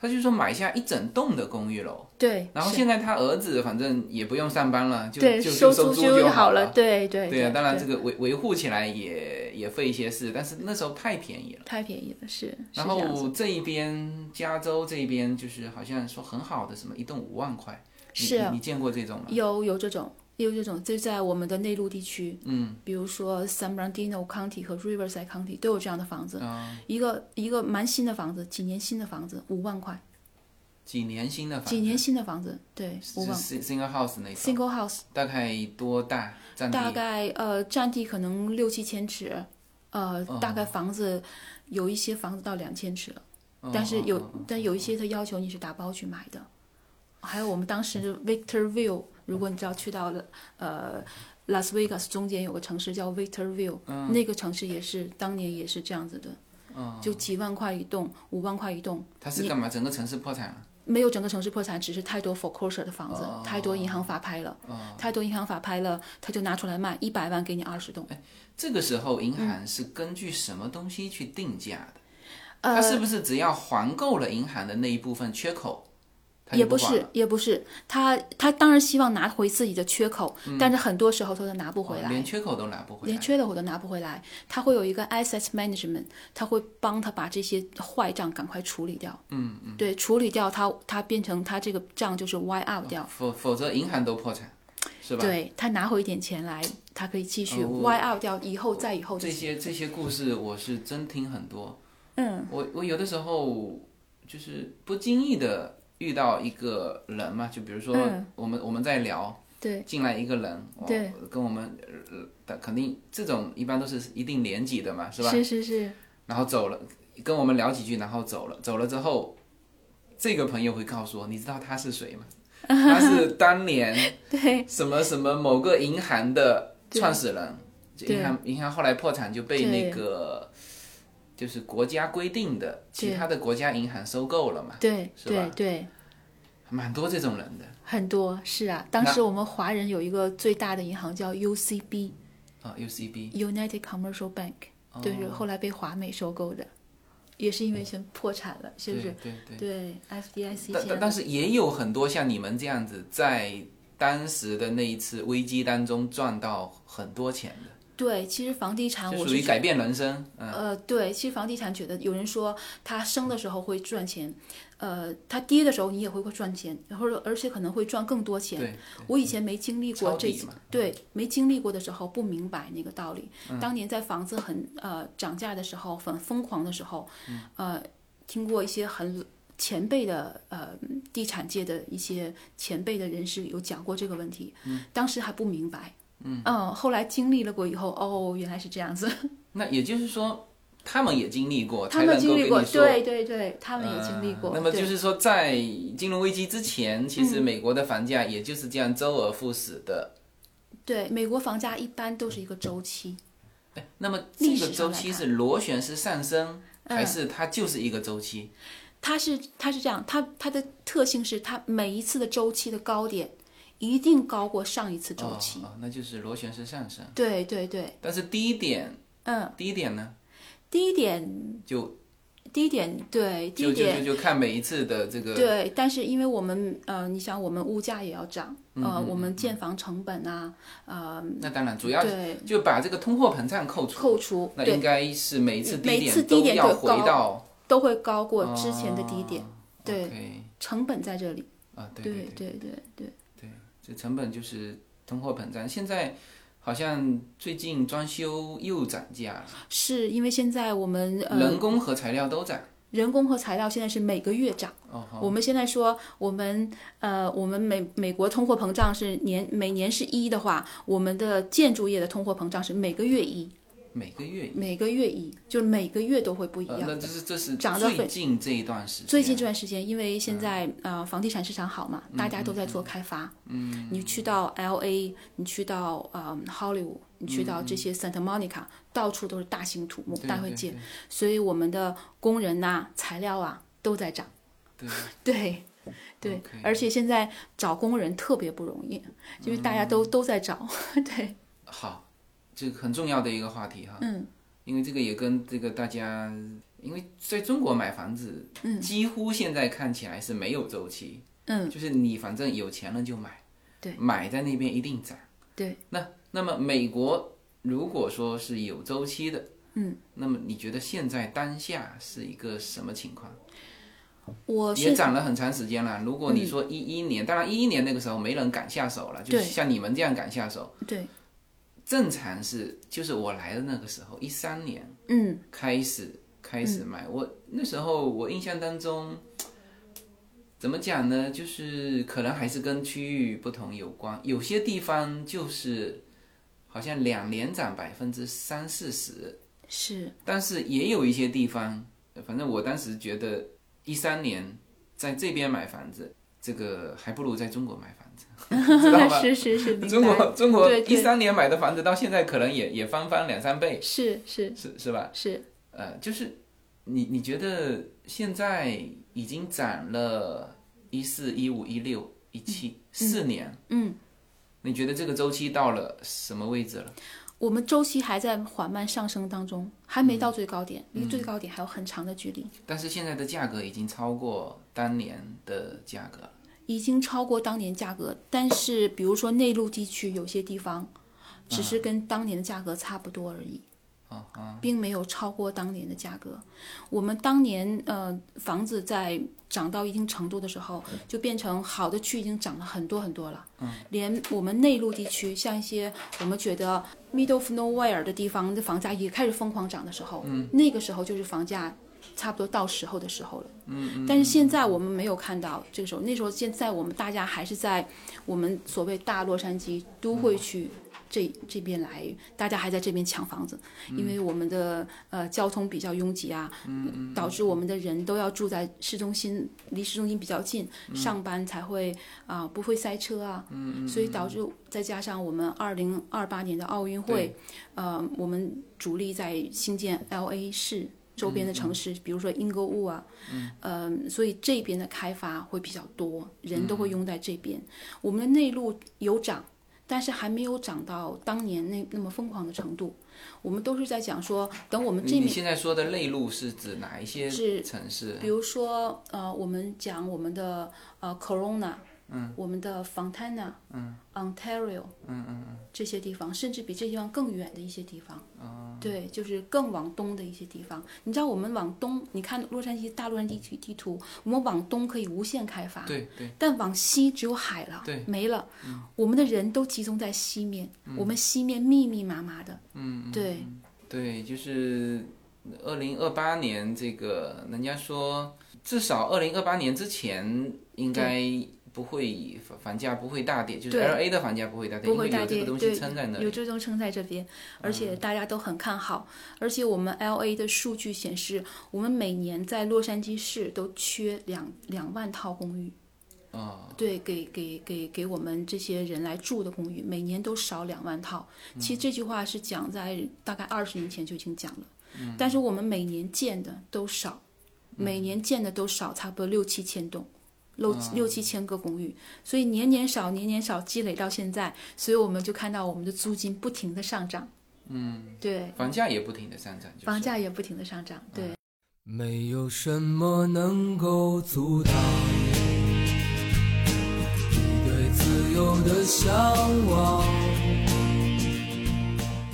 [SPEAKER 1] 他就说买下一整栋的公寓楼，
[SPEAKER 2] 对，
[SPEAKER 1] 然后
[SPEAKER 2] 哎是
[SPEAKER 1] 现在他儿子反正也不用上班了，就
[SPEAKER 2] 对
[SPEAKER 1] 就
[SPEAKER 2] 收
[SPEAKER 1] 就收
[SPEAKER 2] 租
[SPEAKER 1] 就
[SPEAKER 2] 好
[SPEAKER 1] 了。
[SPEAKER 2] 对对
[SPEAKER 1] 对啊，当然这
[SPEAKER 2] 对
[SPEAKER 1] 个维维护起来也也费一些事，但是那时候太便宜了。
[SPEAKER 2] 太便宜了，是是
[SPEAKER 1] 然
[SPEAKER 2] 这样子，
[SPEAKER 1] 后这一边加州这边就是好像说很好的什么一栋五万块，你
[SPEAKER 2] 是
[SPEAKER 1] 你你见过这种吗？
[SPEAKER 2] 有有这种。有这种，就在我们的内陆地区，
[SPEAKER 1] 嗯，
[SPEAKER 2] 比如说 San Bernardino County 和 Riverside County 都有这样的房子，
[SPEAKER 1] 啊
[SPEAKER 2] 一个一个蛮新的房子，几年新的房子，五万块，
[SPEAKER 1] 几年新的房子，
[SPEAKER 2] 几年新的房子，对，
[SPEAKER 1] 是
[SPEAKER 2] 五万
[SPEAKER 1] sing- single house 那种，
[SPEAKER 2] ，single house，
[SPEAKER 1] 大概多大占地？
[SPEAKER 2] 大概呃占地可能六七千尺，呃，大概房子有一些房子到两千尺了，
[SPEAKER 1] 哦
[SPEAKER 2] 但是有、
[SPEAKER 1] 哦哦
[SPEAKER 2] 但有一些他要求你是打包去买的，还有我们当时
[SPEAKER 1] 嗯
[SPEAKER 2] 的 Victorville，如果你知道去到了呃。拉斯维加斯中间有个城市叫 Victorville，、那
[SPEAKER 1] 嗯
[SPEAKER 2] 个城市也是当年也是这样子的，就几万块一栋，五万块一栋，
[SPEAKER 1] 它是干嘛？整个城市破产了？
[SPEAKER 2] 没有整个城市破产，只是太多 foreclosure 的房子，
[SPEAKER 1] 哦
[SPEAKER 2] 太多银行法拍了，太多银行法拍了，他就拿出来卖，一百万给你二十栋。
[SPEAKER 1] 哎这个时候银
[SPEAKER 2] 嗯
[SPEAKER 1] 行是根据什么东西去定价的？它
[SPEAKER 2] 呃，
[SPEAKER 1] 是不是只要还够了银行的那一部分缺口，它
[SPEAKER 2] 也
[SPEAKER 1] 就不管
[SPEAKER 2] 是
[SPEAKER 1] 了，
[SPEAKER 2] 也不是，他他当然希望拿回自己的缺口，
[SPEAKER 1] 嗯
[SPEAKER 2] 但是很多时候他都拿不回
[SPEAKER 1] 哦
[SPEAKER 2] 来，
[SPEAKER 1] 连缺口都拿不回
[SPEAKER 2] 连
[SPEAKER 1] 来？
[SPEAKER 2] 缺的我都拿不回来。他会有一个 asset management，他会帮他把这些坏账赶快处理掉。嗯嗯，对，处理掉它，它变成它这个账就是 y out 掉。
[SPEAKER 1] 啊否否则银行都破产，是吧？
[SPEAKER 2] 对他拿回一点钱来，他可以继续
[SPEAKER 1] 哦
[SPEAKER 2] y out 掉，以后再以后
[SPEAKER 1] 这些这些故事我是真听很多。
[SPEAKER 2] 嗯，
[SPEAKER 1] 我我有的时候就是不经意的遇到一个人嘛，就比如说
[SPEAKER 2] 嗯
[SPEAKER 1] 我们、我们在聊，
[SPEAKER 2] 对
[SPEAKER 1] 进来一个人，哦
[SPEAKER 2] 对，
[SPEAKER 1] 跟我们呃呃肯定这种一般都是一定年纪的嘛，是吧？
[SPEAKER 2] 是是是，
[SPEAKER 1] 然后走了，跟我们聊几句，然后走了，走了之后，这个朋友会告诉我，你知道他是谁吗？他是当年
[SPEAKER 2] 对，
[SPEAKER 1] 什么什么某个银行的
[SPEAKER 2] 对
[SPEAKER 1] 创始人，就
[SPEAKER 2] 对
[SPEAKER 1] 银行银行后来破产就被
[SPEAKER 2] 对
[SPEAKER 1] 那个就是国家规定的其他的国家银行收购了嘛，
[SPEAKER 2] 对
[SPEAKER 1] 是吧
[SPEAKER 2] 对对，
[SPEAKER 1] 蛮多这种人的
[SPEAKER 2] 很多是啊。当时我们华人有一个最大的银行叫 UCB（United
[SPEAKER 1] 啊、u c b 哦
[SPEAKER 2] Commercial Bank），、就是后来被华美收购的，也是因为全破产了，是不是？
[SPEAKER 1] 对对对，
[SPEAKER 2] 对 f d i
[SPEAKER 1] 但
[SPEAKER 2] c 啊
[SPEAKER 1] 但
[SPEAKER 2] 签
[SPEAKER 1] 但
[SPEAKER 2] 了，
[SPEAKER 1] 是也有很多像你们这样子，在当时的那一次危机当中赚到很多钱的，
[SPEAKER 2] 对，其实房地产
[SPEAKER 1] 就
[SPEAKER 2] 我
[SPEAKER 1] 属
[SPEAKER 2] 是
[SPEAKER 1] 于
[SPEAKER 2] 觉
[SPEAKER 1] 改变人生，嗯，
[SPEAKER 2] 呃，对，其实房地产觉得有人说它升的时候会赚钱，呃，它跌的时候你也会会赚钱，然后而且可能会赚更多钱。
[SPEAKER 1] 对，
[SPEAKER 2] 我以前没经历过
[SPEAKER 1] 抄
[SPEAKER 2] 这
[SPEAKER 1] 底
[SPEAKER 2] 几
[SPEAKER 1] 嘛
[SPEAKER 2] 对没经历过的时候不明白那个道理。
[SPEAKER 1] 嗯
[SPEAKER 2] 当年在房子很呃涨价的时候，很疯狂的时候，
[SPEAKER 1] 嗯
[SPEAKER 2] 呃，听过一些很前辈的呃地产界的一些前辈的人士有讲过这个问题，
[SPEAKER 1] 嗯
[SPEAKER 2] 当时还不明白。嗯，后来经历了过以后，哦，原来是这样子。
[SPEAKER 1] 那也就是说，他们也经历过，
[SPEAKER 2] 他
[SPEAKER 1] 才
[SPEAKER 2] 们
[SPEAKER 1] 能
[SPEAKER 2] 经
[SPEAKER 1] 够
[SPEAKER 2] 历
[SPEAKER 1] 跟
[SPEAKER 2] 过，
[SPEAKER 1] 你说呃
[SPEAKER 2] 对对对，他们也经历过。
[SPEAKER 1] 那么就
[SPEAKER 2] 对嗯
[SPEAKER 1] 是说，在金融危机之前，其实美国的房价也就是这样周而复始的。
[SPEAKER 2] 对，美国房价一般都是一个周期，
[SPEAKER 1] 哎那么这
[SPEAKER 2] 历史
[SPEAKER 1] 个周
[SPEAKER 2] 上来看嗯
[SPEAKER 1] 期是螺旋式上升，还是它就是一个周期？
[SPEAKER 2] 它是它是这样，它它的特性是它每一次的周期的高点一定高过上一次周期。
[SPEAKER 1] 哦哦，那就是螺旋式上升。
[SPEAKER 2] 对对对，
[SPEAKER 1] 但是低点，
[SPEAKER 2] 嗯，
[SPEAKER 1] 低点呢，
[SPEAKER 2] 低点
[SPEAKER 1] 就
[SPEAKER 2] 低点对
[SPEAKER 1] 就
[SPEAKER 2] 低
[SPEAKER 1] 就
[SPEAKER 2] 点
[SPEAKER 1] 就就看每一次的这个
[SPEAKER 2] 对，但是因为我们呃，你想我们物价也要涨，
[SPEAKER 1] 嗯
[SPEAKER 2] 呃，我们建房成本啊，呃，
[SPEAKER 1] 那当然主要
[SPEAKER 2] 对，
[SPEAKER 1] 就把这个通货膨胀扣除，
[SPEAKER 2] 扣除
[SPEAKER 1] 那
[SPEAKER 2] 对
[SPEAKER 1] 应该是每一次
[SPEAKER 2] 每
[SPEAKER 1] 低
[SPEAKER 2] 次
[SPEAKER 1] 点
[SPEAKER 2] 低
[SPEAKER 1] 都
[SPEAKER 2] 点
[SPEAKER 1] 要
[SPEAKER 2] 就
[SPEAKER 1] 回
[SPEAKER 2] 高
[SPEAKER 1] 到啊
[SPEAKER 2] 都会高过之前的低点，对
[SPEAKER 1] OK，
[SPEAKER 2] 成本在这里。
[SPEAKER 1] 啊，哦对
[SPEAKER 2] 对
[SPEAKER 1] 对
[SPEAKER 2] 对对对，
[SPEAKER 1] 这成本就是通货膨胀。现在好像最近装修又涨价了，
[SPEAKER 2] 是因为现在我们呃
[SPEAKER 1] 人工和材料都涨。
[SPEAKER 2] 人工和材料现在是每个月涨。
[SPEAKER 1] 哦，好
[SPEAKER 2] 我们现在说我们呃我们美美国通货膨胀是年每年是一的话，我们的建筑业的通货膨胀是每个月一，
[SPEAKER 1] 每个月，
[SPEAKER 2] 每个月一，就是每个月都会不一
[SPEAKER 1] 呃
[SPEAKER 2] 样。
[SPEAKER 1] 那这是这是
[SPEAKER 2] 涨得
[SPEAKER 1] 最
[SPEAKER 2] 很
[SPEAKER 1] 近这一段时间，
[SPEAKER 2] 最近这段时间，因为现在、呃房地产市场好嘛，嗯大家都在做开发。嗯，你去到 L A，你去到呃 Hollywood，你去到这些 Santa Monica，、到处都是大兴土木、
[SPEAKER 1] 对
[SPEAKER 2] 大会
[SPEAKER 1] 对
[SPEAKER 2] 建
[SPEAKER 1] 对，
[SPEAKER 2] 所以我们的工人呐、材料啊都在涨。
[SPEAKER 1] 对，
[SPEAKER 2] 对，对
[SPEAKER 1] OK
[SPEAKER 2] 而且现在找工人特别不容易，因为大家
[SPEAKER 1] 嗯
[SPEAKER 2] 都、都在找。对，
[SPEAKER 1] 好，这个很重要的一个话题哈。嗯，因为这个也跟这个大家，因为在中国买房子，嗯，几乎现在看起来是没有周期，
[SPEAKER 2] 嗯，
[SPEAKER 1] 就是你反正有钱了就买，
[SPEAKER 2] 对，
[SPEAKER 1] 买在那边一定涨。
[SPEAKER 2] 对，
[SPEAKER 1] 那那么美国如果说是有周期的，嗯，那么你觉得现在当下是一个什么情况？
[SPEAKER 2] 我
[SPEAKER 1] 也
[SPEAKER 2] 现
[SPEAKER 1] 涨了很长时间了。如果你说一一年，当然一一年那个时候没人敢下手了，就是
[SPEAKER 2] 对
[SPEAKER 1] 像你们这样敢下手。
[SPEAKER 2] 对，
[SPEAKER 1] 正常是就是我来的那个时候，一三年
[SPEAKER 2] 嗯
[SPEAKER 1] 开始开始买。我那时候我印象当中，怎么讲呢？就是可能还是跟区域不同有关，有些地方就是好像两年涨百分之三四十，
[SPEAKER 2] 是，
[SPEAKER 1] 但是也有一些地方，呃反正我当时觉得一三年在这边买房子，这个还不如在中国买房子， 知道吧？
[SPEAKER 2] 是是是，明
[SPEAKER 1] 中
[SPEAKER 2] 白
[SPEAKER 1] 国中国
[SPEAKER 2] 对
[SPEAKER 1] 一
[SPEAKER 2] 对
[SPEAKER 1] 三年买的房子，到现在可能也也翻番两三倍，
[SPEAKER 2] 是是
[SPEAKER 1] 是是吧？
[SPEAKER 2] 是，
[SPEAKER 1] 呃，就是你你觉得现在已经涨了一四一五一六一七四年，
[SPEAKER 2] 嗯，
[SPEAKER 1] 你觉得这个周期到了什么位置了？
[SPEAKER 2] 我们周期还在缓慢上升当中，还没
[SPEAKER 1] 嗯
[SPEAKER 2] 到最高点，离最高点还有很长的距离，
[SPEAKER 1] 但是现在的价格已经超过当年的价格了。
[SPEAKER 2] 已经超过当年价格。但是比如说内陆地区有些地方，只是跟当年的价格差不多而已。
[SPEAKER 1] 啊啊，
[SPEAKER 2] 并没有超过当年的价格。我们当年呃房子在涨到一定程度的时候，就变成好的区已经涨了很多很多了。嗯，连我们内陆地区，像一些我们觉得 middle of nowhere 的地方的房价也开始疯狂涨的时候，嗯，那个时候就是房价。差不多到时候的时候了，嗯嗯，但是现在我们没有看到这个时候，那时候现在我们大家还是在我们所谓大洛杉矶都会区这这边来，大家还在这边抢房子，因为我们的呃交通比较拥挤啊，导致我们的人都要住在市中心，离市中心比较近，
[SPEAKER 1] 嗯
[SPEAKER 2] 上班才会啊、不会塞车啊，所以导致再加上我们二零二八年的奥运会，呃，我们主力在新建 L A 市。周边的城
[SPEAKER 1] 嗯
[SPEAKER 2] 市，比如说英格物啊，嗯、呃，所以这边的开发会比较多，人都会拥在这边。
[SPEAKER 1] 嗯
[SPEAKER 2] 我们的内陆有涨，但是还没有涨到当年那那么疯狂的程度。我们都是在讲说，等我们这
[SPEAKER 1] 你
[SPEAKER 2] 面
[SPEAKER 1] 你现在说的内陆是指哪一些
[SPEAKER 2] 是
[SPEAKER 1] 城市？
[SPEAKER 2] 比如说，呃，我们讲我们的呃 Corona，嗯，我们的 Fontana，嗯，Ontario，嗯嗯这些地方，甚至比这地方更远的一些地方，对，就是更往东的一些地方。你知道，我们往东，你看洛杉矶大洛杉矶地地图，我们往东可以无限开发，
[SPEAKER 1] 对对，
[SPEAKER 2] 但往西只有海了，
[SPEAKER 1] 对
[SPEAKER 2] 没了。我们的人都集中在西面，我们西面密密麻麻的，
[SPEAKER 1] 嗯，
[SPEAKER 2] 对，
[SPEAKER 1] 对，就是二零二八年这个，人家说至少二零二八年之前应该不会房房价不会大跌，就是
[SPEAKER 2] 对
[SPEAKER 1] L A 的房价不会大跌，
[SPEAKER 2] 不
[SPEAKER 1] 因
[SPEAKER 2] 会
[SPEAKER 1] 为
[SPEAKER 2] 大
[SPEAKER 1] 有这
[SPEAKER 2] 跌，
[SPEAKER 1] 个东
[SPEAKER 2] 对
[SPEAKER 1] 西撑在那，
[SPEAKER 2] 有
[SPEAKER 1] 里。
[SPEAKER 2] 这种撑在这边，而且大家都很看好。而且我们 L A 的数据显示，我们每年在洛杉矶市都缺两两万套公寓，
[SPEAKER 1] 哦，
[SPEAKER 2] 对，给给给给我们这些人来住的公寓，每年都少两万套。其实这句话是讲在大概二十年前就已经讲了，
[SPEAKER 1] 嗯
[SPEAKER 2] 但是我们每年建的都少，每年建的都少，差不多六七千栋。六
[SPEAKER 1] 嗯
[SPEAKER 2] 六七千个公寓，所以年年少，年年少，积累到现在，所以我们就看到我们的租金不停的上涨。嗯，对，
[SPEAKER 1] 房价也不停的上涨，就是嗯
[SPEAKER 2] 房价也不停的上涨。对，
[SPEAKER 3] 没有什么能够阻挡你对自由的向往。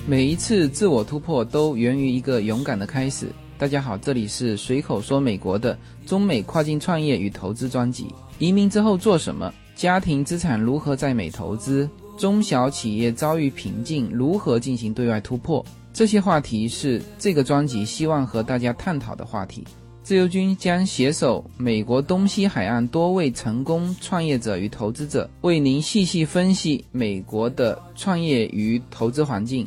[SPEAKER 1] 每一次自我突破都源于一个勇敢的开始。大家好，这里是随口说美国的中美跨境创业与投资专辑。移民之后做什么？家庭资产如何在美投资？中小企业遭遇瓶颈，如何进行对外突破？这些话题是这个专辑希望和大家探讨的话题。自由军将携手美国东西海岸多位成功创业者与投资者，为您细细分析美国的创业与投资环境，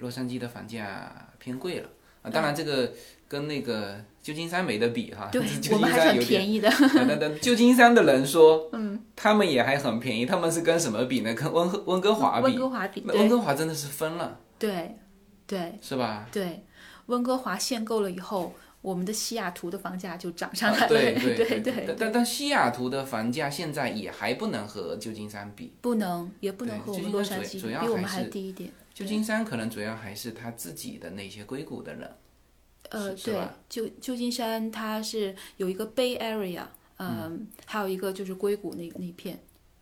[SPEAKER 1] 洛杉矶的房价偏贵了啊，当然这个跟那个旧金山没得比哈，
[SPEAKER 2] 对
[SPEAKER 1] 旧
[SPEAKER 2] 我
[SPEAKER 1] 金
[SPEAKER 2] 们还是
[SPEAKER 1] 山
[SPEAKER 2] 很
[SPEAKER 1] 有点
[SPEAKER 2] 便宜的。
[SPEAKER 1] 啊那那旧金山的人说， 嗯，他们也还很便宜，他们是跟什么比呢？跟温和温哥华
[SPEAKER 2] 温
[SPEAKER 1] 比
[SPEAKER 2] 哥。华比
[SPEAKER 1] 那温
[SPEAKER 2] 对
[SPEAKER 1] 哥华真的是疯了，
[SPEAKER 2] 对对
[SPEAKER 1] 是吧？
[SPEAKER 2] 对，温哥华限购了以后，我们的西雅图的房价就涨上来
[SPEAKER 1] 啊
[SPEAKER 2] 了。
[SPEAKER 1] 对
[SPEAKER 2] 对
[SPEAKER 1] 对但但但西雅图的房价现在也还不能和旧金山比，
[SPEAKER 2] 不能也不能
[SPEAKER 1] 对
[SPEAKER 2] 和
[SPEAKER 1] 旧
[SPEAKER 2] 我们
[SPEAKER 1] 金
[SPEAKER 2] 洛
[SPEAKER 1] 山
[SPEAKER 2] 杉
[SPEAKER 1] 主
[SPEAKER 2] 矶
[SPEAKER 1] 主
[SPEAKER 2] 比，
[SPEAKER 1] 要
[SPEAKER 2] 比我
[SPEAKER 1] 还
[SPEAKER 2] 们还
[SPEAKER 1] 是
[SPEAKER 2] 低一点。
[SPEAKER 1] 旧金山可能主要还是他自己的那些硅谷的人，
[SPEAKER 2] 呃，
[SPEAKER 1] 是是
[SPEAKER 2] 对
[SPEAKER 1] 吧，
[SPEAKER 2] 旧旧金山它是有一个 Bay Area，、嗯，还有一个就是硅谷那那一片，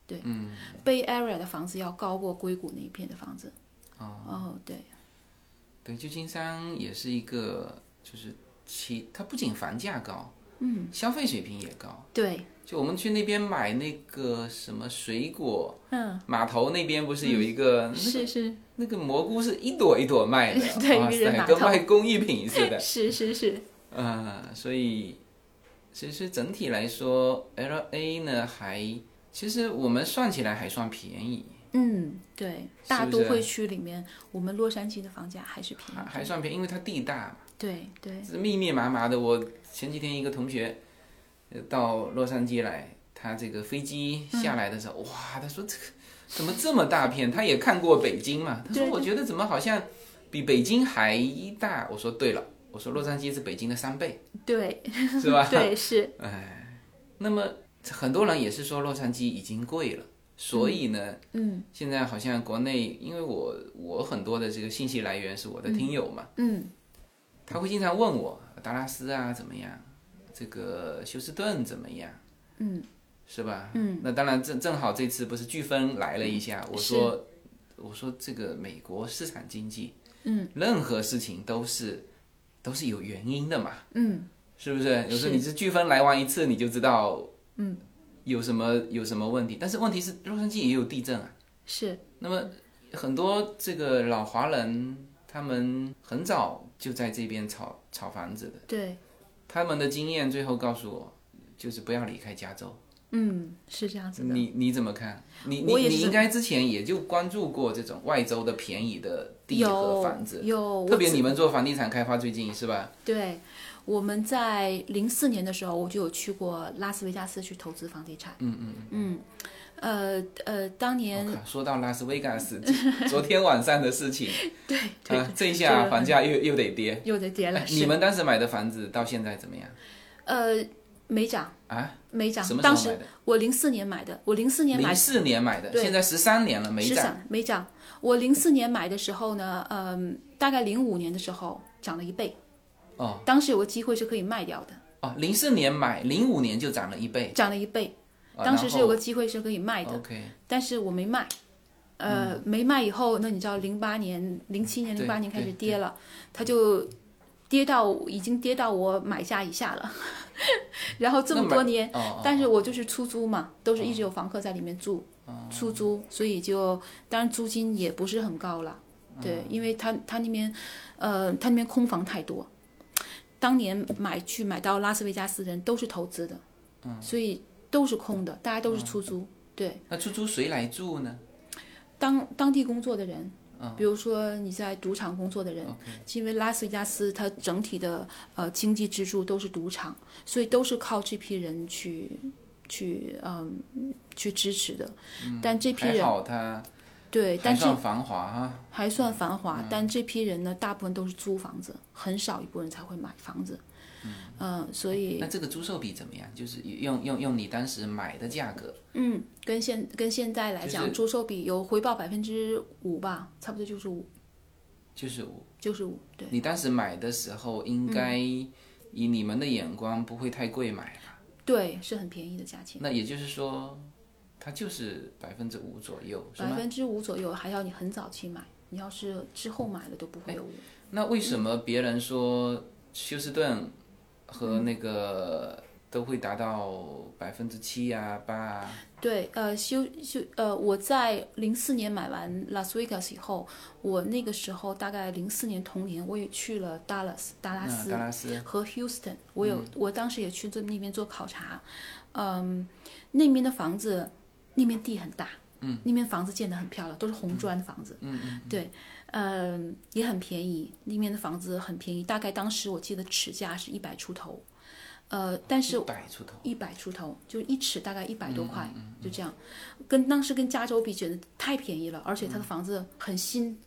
[SPEAKER 2] 对，嗯，Bay Area 的房子要高过硅谷那一片的房子。哦，对，
[SPEAKER 1] 对，旧金山也是一个，就是其它不仅房价高，嗯，消费水平也高。
[SPEAKER 2] 对，
[SPEAKER 1] 就我们去那边买那个什么水果，
[SPEAKER 2] 嗯，
[SPEAKER 1] 码头那边不是有一个、那个
[SPEAKER 2] 是是，
[SPEAKER 1] 那个蘑菇是一朵一朵卖的
[SPEAKER 2] 对
[SPEAKER 1] 哇
[SPEAKER 2] 渔人
[SPEAKER 1] 塞，
[SPEAKER 2] 码
[SPEAKER 1] 跟
[SPEAKER 2] 头
[SPEAKER 1] 卖工艺品似的。
[SPEAKER 2] 是是是，
[SPEAKER 1] 嗯，所以其实整体来说，L A 呢还其实我们算起来还算便宜，
[SPEAKER 2] 嗯，对，大
[SPEAKER 1] 是不
[SPEAKER 2] 都
[SPEAKER 1] 是啊
[SPEAKER 2] 会区里面，我们洛杉矶的房价还是便
[SPEAKER 1] 还
[SPEAKER 2] 宜，
[SPEAKER 1] 还算便宜，因为它地大嘛，
[SPEAKER 2] 对对，
[SPEAKER 1] 是密密麻麻的。我前几天一个同学呃到洛杉矶来，他这个飞机
[SPEAKER 2] 嗯
[SPEAKER 1] 下来的时候，哇，他说这个怎么这么大片？他也看过北京嘛，他说
[SPEAKER 2] 对
[SPEAKER 1] 我觉得怎么好像比北京还大。我说对了，我说洛杉矶是北京的三 倍。
[SPEAKER 2] 对
[SPEAKER 1] 是吧？
[SPEAKER 2] 对是，
[SPEAKER 1] 那么很多人也是说洛杉矶已经贵了，所以呢，
[SPEAKER 2] 嗯
[SPEAKER 1] 现在好像国内，因为我我很多的这个信息来源是我的听友嘛，
[SPEAKER 2] 嗯
[SPEAKER 1] 他会经常问我达拉斯啊怎么样，这个休斯顿怎么样，
[SPEAKER 2] 嗯，
[SPEAKER 1] 是吧？
[SPEAKER 2] 嗯，
[SPEAKER 1] 那当然正正好这次不是飓风来了一下，我说我说这个美国市场经济，
[SPEAKER 2] 嗯，
[SPEAKER 1] 任何事情都是都是有原因的嘛，
[SPEAKER 2] 嗯
[SPEAKER 1] 是不是？有时候
[SPEAKER 2] 是
[SPEAKER 1] 你是飓风来完一次，你就知道，嗯，有什么有什么问题。但是问题是，洛杉矶也有地震啊。
[SPEAKER 2] 是，
[SPEAKER 1] 那么很多这个老华人，他们很早就在这边炒炒房子的，
[SPEAKER 2] 对，
[SPEAKER 1] 他们的经验最后告诉我，就是不要离开加州。
[SPEAKER 2] 嗯是这样子的，
[SPEAKER 1] 你你怎么看？你你
[SPEAKER 2] 我也是
[SPEAKER 1] 你应该之前也就关注过这种外州的便宜的地和
[SPEAKER 2] 有
[SPEAKER 1] 房子，
[SPEAKER 2] 有，
[SPEAKER 1] 特
[SPEAKER 2] 我
[SPEAKER 1] 别
[SPEAKER 2] 自
[SPEAKER 1] 你们做房地产开发最近是吧？
[SPEAKER 2] 对，我们在零四年的时候，我就有去过拉斯维加斯去投资房地产。嗯嗯嗯，呃呃，当年
[SPEAKER 1] 我靠说到拉斯维加 斯，昨天晚上的事情。
[SPEAKER 2] 对对，
[SPEAKER 1] 啊，这一
[SPEAKER 2] 这
[SPEAKER 1] 下
[SPEAKER 2] 个
[SPEAKER 1] 房价又又得跌。
[SPEAKER 2] 又得跌了
[SPEAKER 1] 哎，
[SPEAKER 2] 是
[SPEAKER 1] 你们当时买的房子到现在怎么样？
[SPEAKER 2] 呃没涨
[SPEAKER 1] 啊，
[SPEAKER 2] 没涨
[SPEAKER 1] 什，么
[SPEAKER 2] 当
[SPEAKER 1] 时候
[SPEAKER 2] 时
[SPEAKER 1] 买的？
[SPEAKER 2] 我零四年买的，我零四年买
[SPEAKER 1] 零四年买的，
[SPEAKER 2] 对
[SPEAKER 1] 现在十三年了没
[SPEAKER 2] 是
[SPEAKER 1] 涨。
[SPEAKER 2] 涨没涨，我零四年买的时候呢，嗯、大概零五年的时候涨了一倍。
[SPEAKER 1] 哦，
[SPEAKER 2] 当时有个机会是可以卖掉的，
[SPEAKER 1] 哦，零四年买，零五年就涨了一倍。
[SPEAKER 2] 涨了一倍，
[SPEAKER 1] 哎啊
[SPEAKER 2] 当时是有个
[SPEAKER 1] 然哦
[SPEAKER 2] 机会是可以卖的
[SPEAKER 1] 后。OK，
[SPEAKER 2] 但是我没卖。呃，没卖以后，那你知道，零八年、零七年、
[SPEAKER 1] 嗯对
[SPEAKER 2] 零八年开始
[SPEAKER 1] 对
[SPEAKER 2] 跌了，它就跌到已经跌到我买价以下了。 然后这么
[SPEAKER 1] 那买
[SPEAKER 2] 多年，
[SPEAKER 1] 哦哦
[SPEAKER 2] 但是我就是出租嘛，都是一直有房客在里面住，
[SPEAKER 1] 哦
[SPEAKER 2] 出租，所以就当然租金也不是很高了，
[SPEAKER 1] 嗯
[SPEAKER 2] 对，因为他他那边，呃，他那边空房太多，当年买去买到拉斯维加斯的人都是投资的，
[SPEAKER 1] 嗯
[SPEAKER 2] 所以都是空的，大家都是出租，对。
[SPEAKER 1] 那出租谁来住呢？
[SPEAKER 2] 当当地工作的人，
[SPEAKER 1] 嗯
[SPEAKER 2] 比如说你在赌场工作的人，因为拉斯维加斯它整体的呃经济支柱都是赌场，所以都是靠这批人去去嗯去支持的。但这
[SPEAKER 1] 嗯
[SPEAKER 2] 批
[SPEAKER 1] 还
[SPEAKER 2] 人
[SPEAKER 1] 好它
[SPEAKER 2] 对，
[SPEAKER 1] 还
[SPEAKER 2] 但这
[SPEAKER 1] 算繁华啊。
[SPEAKER 2] 还算繁华，但这批人呢，大部分都是租房子，很少一部分人才会买房子。嗯、所以
[SPEAKER 1] 哎那这个租售比怎么样？就是用用用你当时买的价格，
[SPEAKER 2] 嗯，跟现跟现在来
[SPEAKER 1] 就
[SPEAKER 2] 讲，
[SPEAKER 1] 是
[SPEAKER 2] 租售比有回报百分之五吧，差不多就是五，
[SPEAKER 1] 就是我
[SPEAKER 2] 就是五，对。
[SPEAKER 1] 你当时买的时候，应
[SPEAKER 2] 嗯
[SPEAKER 1] 该以你们的眼光不会太贵买吧？
[SPEAKER 2] 对，是很便宜的价钱。
[SPEAKER 1] 那也就是说，它就是百分之五左右，是
[SPEAKER 2] 百
[SPEAKER 1] 吗？
[SPEAKER 2] 分之五左右，还要你很早期买，你要是之后买了都不会有五。
[SPEAKER 1] 那为什么别人说休斯顿和那个都会达到百分之七啊八啊。
[SPEAKER 2] 对，呃，休休呃，我在零四年买完 Las Vegas 以后，我那个时候大概零四年同年，我也去了 Dallas 达拉
[SPEAKER 1] 嗯
[SPEAKER 2] 斯，
[SPEAKER 1] 达拉斯
[SPEAKER 2] 和 Houston，我有、我当时也去这那边做考察，嗯，那边的房子，那边地很大，嗯，那边房子建得很漂亮，都是红砖房子，嗯嗯，对，嗯，也很便宜，那边的房子很便宜，大概当时我记得尺价是一百出头，呃，但是
[SPEAKER 1] 百出头，
[SPEAKER 2] 一百出头，就一尺大概一百多块，就这样。跟当时跟加州比，觉得太便宜了，而且它的房子很新，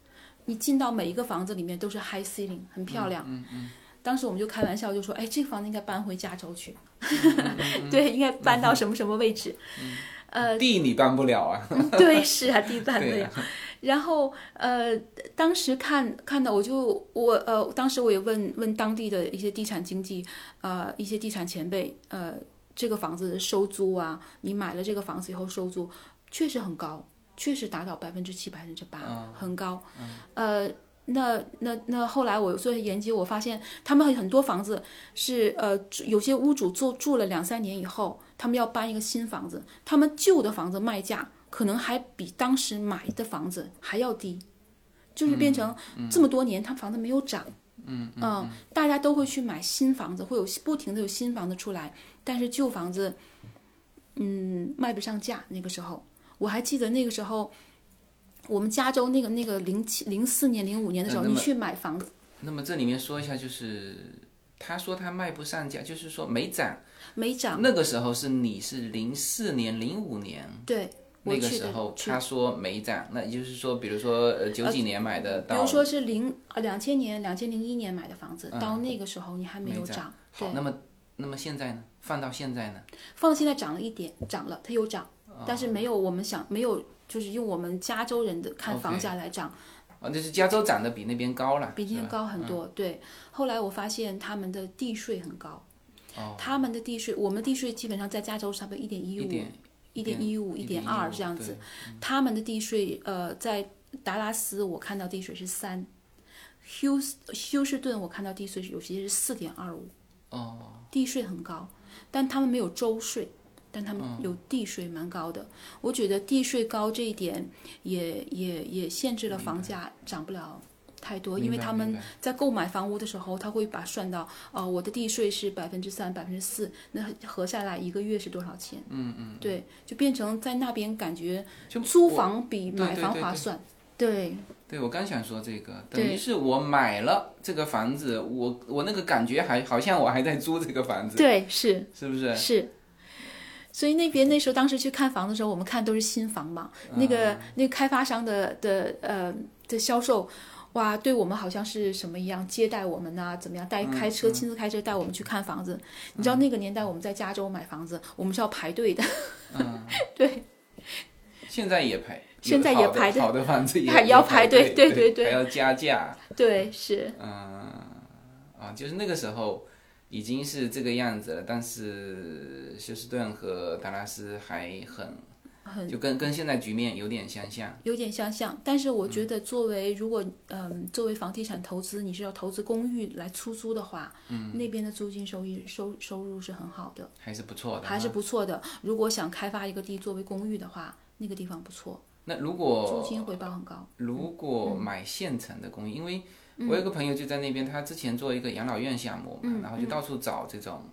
[SPEAKER 2] 你进到每一个房子里面都是 high ceiling，很漂亮。当时我们就开玩笑就说，哎，这房子应该搬回加州去， 对，应该搬到什么什么位置。呃
[SPEAKER 1] 地你办不了啊。
[SPEAKER 2] 嗯 对，是啊，地板
[SPEAKER 1] 对
[SPEAKER 2] 的呀。然后呃，当时看看到我就我呃，当时我也问问当地的一些地产经济呃一些地产前辈呃，这个房子收租啊，你买了这个房子以后收租确实很高，确实达到百分之七百分之八，很高。呃，那那那后来我做研究，我发现他们很多房子是呃，住有些屋主住住了两三年以后，他们要搬一个新房子，他们旧的房子卖价可能还比当时买的房子还要低，就是变成
[SPEAKER 1] 嗯
[SPEAKER 2] 这么多年，他房子没有涨。嗯大家都会去买新房子，会有不停的有新房子出来，但是旧房子，嗯，卖不上价。那个时候我还记得那个时候，我们加州那个那个零七零四年零五年的时候，
[SPEAKER 1] 嗯那
[SPEAKER 2] 你
[SPEAKER 1] 么
[SPEAKER 2] 去买房子。
[SPEAKER 1] 那么这里面说一下，就是他说他卖不上价，就是说没涨。
[SPEAKER 2] 没涨，
[SPEAKER 1] 那个时候是你是零四年、零五年
[SPEAKER 2] 对，我
[SPEAKER 1] 嗯那个
[SPEAKER 2] 去
[SPEAKER 1] 时
[SPEAKER 2] 的
[SPEAKER 1] 候，
[SPEAKER 2] 去
[SPEAKER 1] 他说没涨，那也就是说，比如说呃九几年买的
[SPEAKER 2] 比
[SPEAKER 1] 到，
[SPEAKER 2] 如说是零呃两千年、两千零一年买的房子，到那个时候你还没有
[SPEAKER 1] 嗯没涨
[SPEAKER 2] 涨，对
[SPEAKER 1] 好，，那么那么现在呢？放到现在呢？
[SPEAKER 2] 放到现在涨了一点，涨了，它有涨，
[SPEAKER 1] 哦
[SPEAKER 2] 但是没有我们想没有，就是用我们加州人的看
[SPEAKER 1] OK
[SPEAKER 2] 房价来涨，
[SPEAKER 1] 啊，就是加州涨得比那边高了，
[SPEAKER 2] 比那
[SPEAKER 1] 是啊嗯
[SPEAKER 2] 边
[SPEAKER 1] 吧
[SPEAKER 2] 高很多。对，后来我发现他们的地税很高，他们的地税，我们地税基本上在加州差不多一点一
[SPEAKER 1] 哦一
[SPEAKER 2] 五，
[SPEAKER 1] 点
[SPEAKER 2] 一点一五、一点二这样子。。他们的地税，呃，在达拉斯我看到地税是三，休斯休斯顿我看到地税是有些是四点二五，
[SPEAKER 1] 哦，
[SPEAKER 2] 地税很高，但他们没有州税，但他们
[SPEAKER 1] 嗯
[SPEAKER 2] 有地税蛮高的。我觉得地税高这一点也也也限制了房价涨不了。太多，因为
[SPEAKER 1] 明白
[SPEAKER 2] 他
[SPEAKER 1] 明
[SPEAKER 2] 们
[SPEAKER 1] 白
[SPEAKER 2] 在购买房屋的时候，他会把算到，呃，我的地税是百分之三、百分之四，那合下来一个月是多少钱？
[SPEAKER 1] 嗯嗯，
[SPEAKER 2] 对，就变成在那边感觉
[SPEAKER 1] 就
[SPEAKER 2] 租
[SPEAKER 1] 我
[SPEAKER 2] 房比
[SPEAKER 1] 对
[SPEAKER 2] 买
[SPEAKER 1] 对
[SPEAKER 2] 房
[SPEAKER 1] 对嗯
[SPEAKER 2] 划
[SPEAKER 1] 对
[SPEAKER 2] 算。对
[SPEAKER 1] 对，我刚想说这个，等
[SPEAKER 2] 对
[SPEAKER 1] 于是我买了这个房子，我我那个感觉还好像我还在租这个房子，
[SPEAKER 2] 对是
[SPEAKER 1] 是不是？
[SPEAKER 2] 是。所以那边那时候当时去看房的时候，我们看都是新房嘛，
[SPEAKER 1] 嗯
[SPEAKER 2] 那个那个开发商的的呃的销售。哇，对我们好像是什么一样接待我们呐、怎么
[SPEAKER 1] 嗯
[SPEAKER 2] 样带开车、亲自开车带我们去看房子？你知道那个年代我们在加州买房子，我们是要排队的，
[SPEAKER 1] 现在也排，
[SPEAKER 2] 现在
[SPEAKER 1] 有的
[SPEAKER 2] 也
[SPEAKER 1] 好的
[SPEAKER 2] 排队
[SPEAKER 1] 好的房子也
[SPEAKER 2] 还要排队
[SPEAKER 1] 对
[SPEAKER 2] 对对对
[SPEAKER 1] 还要加价，
[SPEAKER 2] 对，是，
[SPEAKER 1] 啊，就是那个时候已经是这个样子了，但是休斯顿和达拉斯还很，
[SPEAKER 2] 很
[SPEAKER 1] 就跟跟现在局面有点相像。
[SPEAKER 2] 有点相像，但是我
[SPEAKER 1] 嗯
[SPEAKER 2] 觉得作为如果嗯、作为房地产投资，你是要投资公寓来出租的话，嗯，那边的租金收益收收入是很好的，
[SPEAKER 1] 还是不错的，
[SPEAKER 2] 还是不错的。如果想开发一个地作为公寓的话，那个地方不错，
[SPEAKER 1] 那如
[SPEAKER 2] 租
[SPEAKER 1] 果
[SPEAKER 2] 金回报很高。
[SPEAKER 1] 如果买现成的公寓，因为我有个朋友就在那边，他之前做一个养老院项目嘛，然后就到处找这种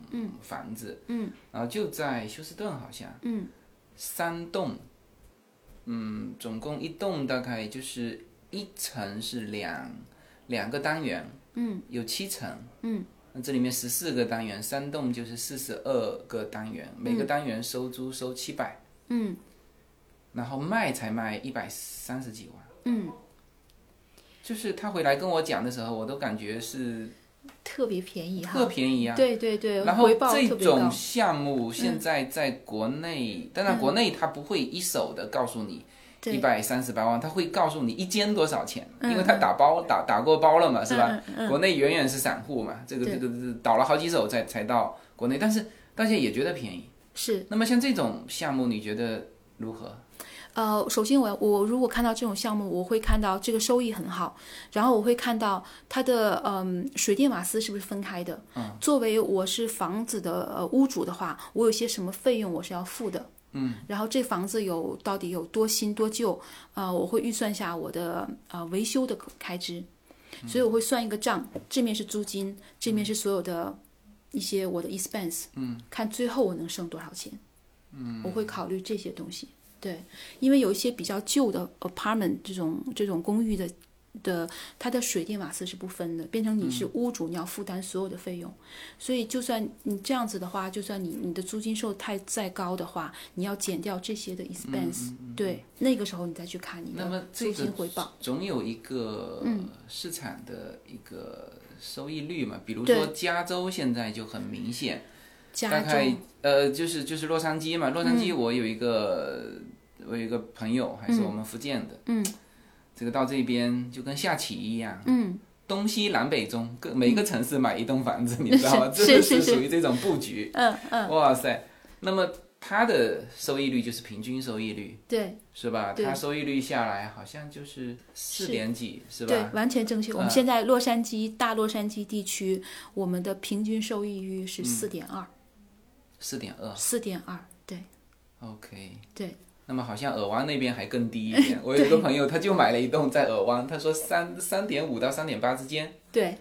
[SPEAKER 1] 房子，嗯，然后就在休斯顿好像，嗯，三栋，嗯，总共一栋大概就是一层是两两个单元，嗯，有七层，嗯。那这里面十四个单元，三栋就是四十二个单元，每个单元收租收七百，
[SPEAKER 2] 嗯
[SPEAKER 1] 然后卖才卖一百三十几万。
[SPEAKER 2] 嗯，
[SPEAKER 1] 就是他回来跟我讲的时候，我都感觉是
[SPEAKER 2] 特别便宜
[SPEAKER 1] 特
[SPEAKER 2] 哈。
[SPEAKER 1] 便宜啊。
[SPEAKER 2] 对对对，
[SPEAKER 1] 然后
[SPEAKER 2] 回报
[SPEAKER 1] 这
[SPEAKER 2] 特别
[SPEAKER 1] 种
[SPEAKER 2] 高。
[SPEAKER 1] 项目现在在国内，当然国内他不会一手的告诉你一
[SPEAKER 2] 对
[SPEAKER 1] 百三十八万，他会告诉你一间多少钱，
[SPEAKER 2] 嗯
[SPEAKER 1] 因为他打包打打过包了嘛，是吧？
[SPEAKER 2] 嗯嗯嗯
[SPEAKER 1] 国内远远是散户嘛，这个这个
[SPEAKER 2] 对
[SPEAKER 1] 这个倒了好几手才才到国内，但是大家也觉得便宜。
[SPEAKER 2] 是
[SPEAKER 1] 那么像这种项目，你觉得如何？
[SPEAKER 2] 呃，首先我我如果看到这种项目，我会看到这个收益很好，然后我会看到它的嗯水电瓦斯是不是分开的。嗯，作为我是房子的呃屋主的话，我有些什么费用我是要付的。嗯，然后这房子有到底有多新多旧，呃，我会预算下我的呃维修的开支，所以我会算一个账，这面是租金，这面是所有的一些我的 expense，嗯，看最后我能剩多少钱，嗯，我会考虑这些东西，对，因为有一些比较旧的 apartment 这种这种公寓的。的，它的水电瓦斯是不分的，变成你
[SPEAKER 1] 嗯
[SPEAKER 2] 是屋主，你要负担所有的费用。所以，就算你这样子的话，就算你你的租金收太再高的话，你要减掉这些的
[SPEAKER 1] 嗯
[SPEAKER 2] expense，、对，那个时候你再去看你
[SPEAKER 1] 那么
[SPEAKER 2] 的
[SPEAKER 1] 这
[SPEAKER 2] 租
[SPEAKER 1] 个
[SPEAKER 2] 金回报。嗯
[SPEAKER 1] 总有一个市场的一个收益率嘛，比如
[SPEAKER 2] 对
[SPEAKER 1] 说加州现在就很明显，大
[SPEAKER 2] 加
[SPEAKER 1] 概
[SPEAKER 2] 州，
[SPEAKER 1] 呃就是就是洛杉矶嘛，洛杉
[SPEAKER 2] 嗯
[SPEAKER 1] 矶我有一个、我有一个朋友还是我们福建的，
[SPEAKER 2] 嗯
[SPEAKER 1] 这个到这边就跟下棋一样，
[SPEAKER 2] 嗯，
[SPEAKER 1] 东西南北中各每个城市买一栋房子， 你知道吗？
[SPEAKER 2] 是
[SPEAKER 1] 真的
[SPEAKER 2] 是是
[SPEAKER 1] 属于这种布局，
[SPEAKER 2] 嗯嗯，
[SPEAKER 1] 哇塞，那么它的收益率就是平均收益率。
[SPEAKER 2] 对
[SPEAKER 1] 是吧？
[SPEAKER 2] 对
[SPEAKER 1] 它收益率下来好像就是四点几，是
[SPEAKER 2] 对
[SPEAKER 1] 吧，？嗯
[SPEAKER 2] 完全正确。我们现在洛杉矶大洛杉矶地区，我们的平均收益率
[SPEAKER 1] 嗯
[SPEAKER 2] 是四点二，
[SPEAKER 1] 哦四点二
[SPEAKER 2] 四点二，对
[SPEAKER 1] ，OK。
[SPEAKER 2] 对。
[SPEAKER 1] 那么好像尔湾那边还更低一点。我有一个朋友，他就买了一栋在尔湾，他说三三点五到三点八之间
[SPEAKER 2] 对，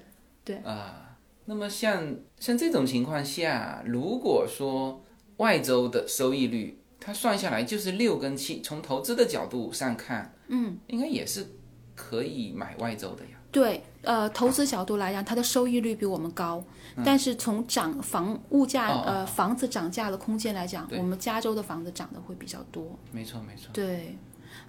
[SPEAKER 1] 啊、那么像像这种情况下，如果说外周的收益率，它算下来就是六跟七，从投资的角度上看，嗯，应该也是可以买外周的呀。
[SPEAKER 2] 对，呃，投资角度来讲，它的收益率比我们高，但是从涨房物价、
[SPEAKER 1] 嗯哦哦
[SPEAKER 2] 呃房子涨价的空间来讲，
[SPEAKER 1] 对
[SPEAKER 2] 我们加州的房子涨得会比较多。
[SPEAKER 1] 没错，没错。
[SPEAKER 2] 对，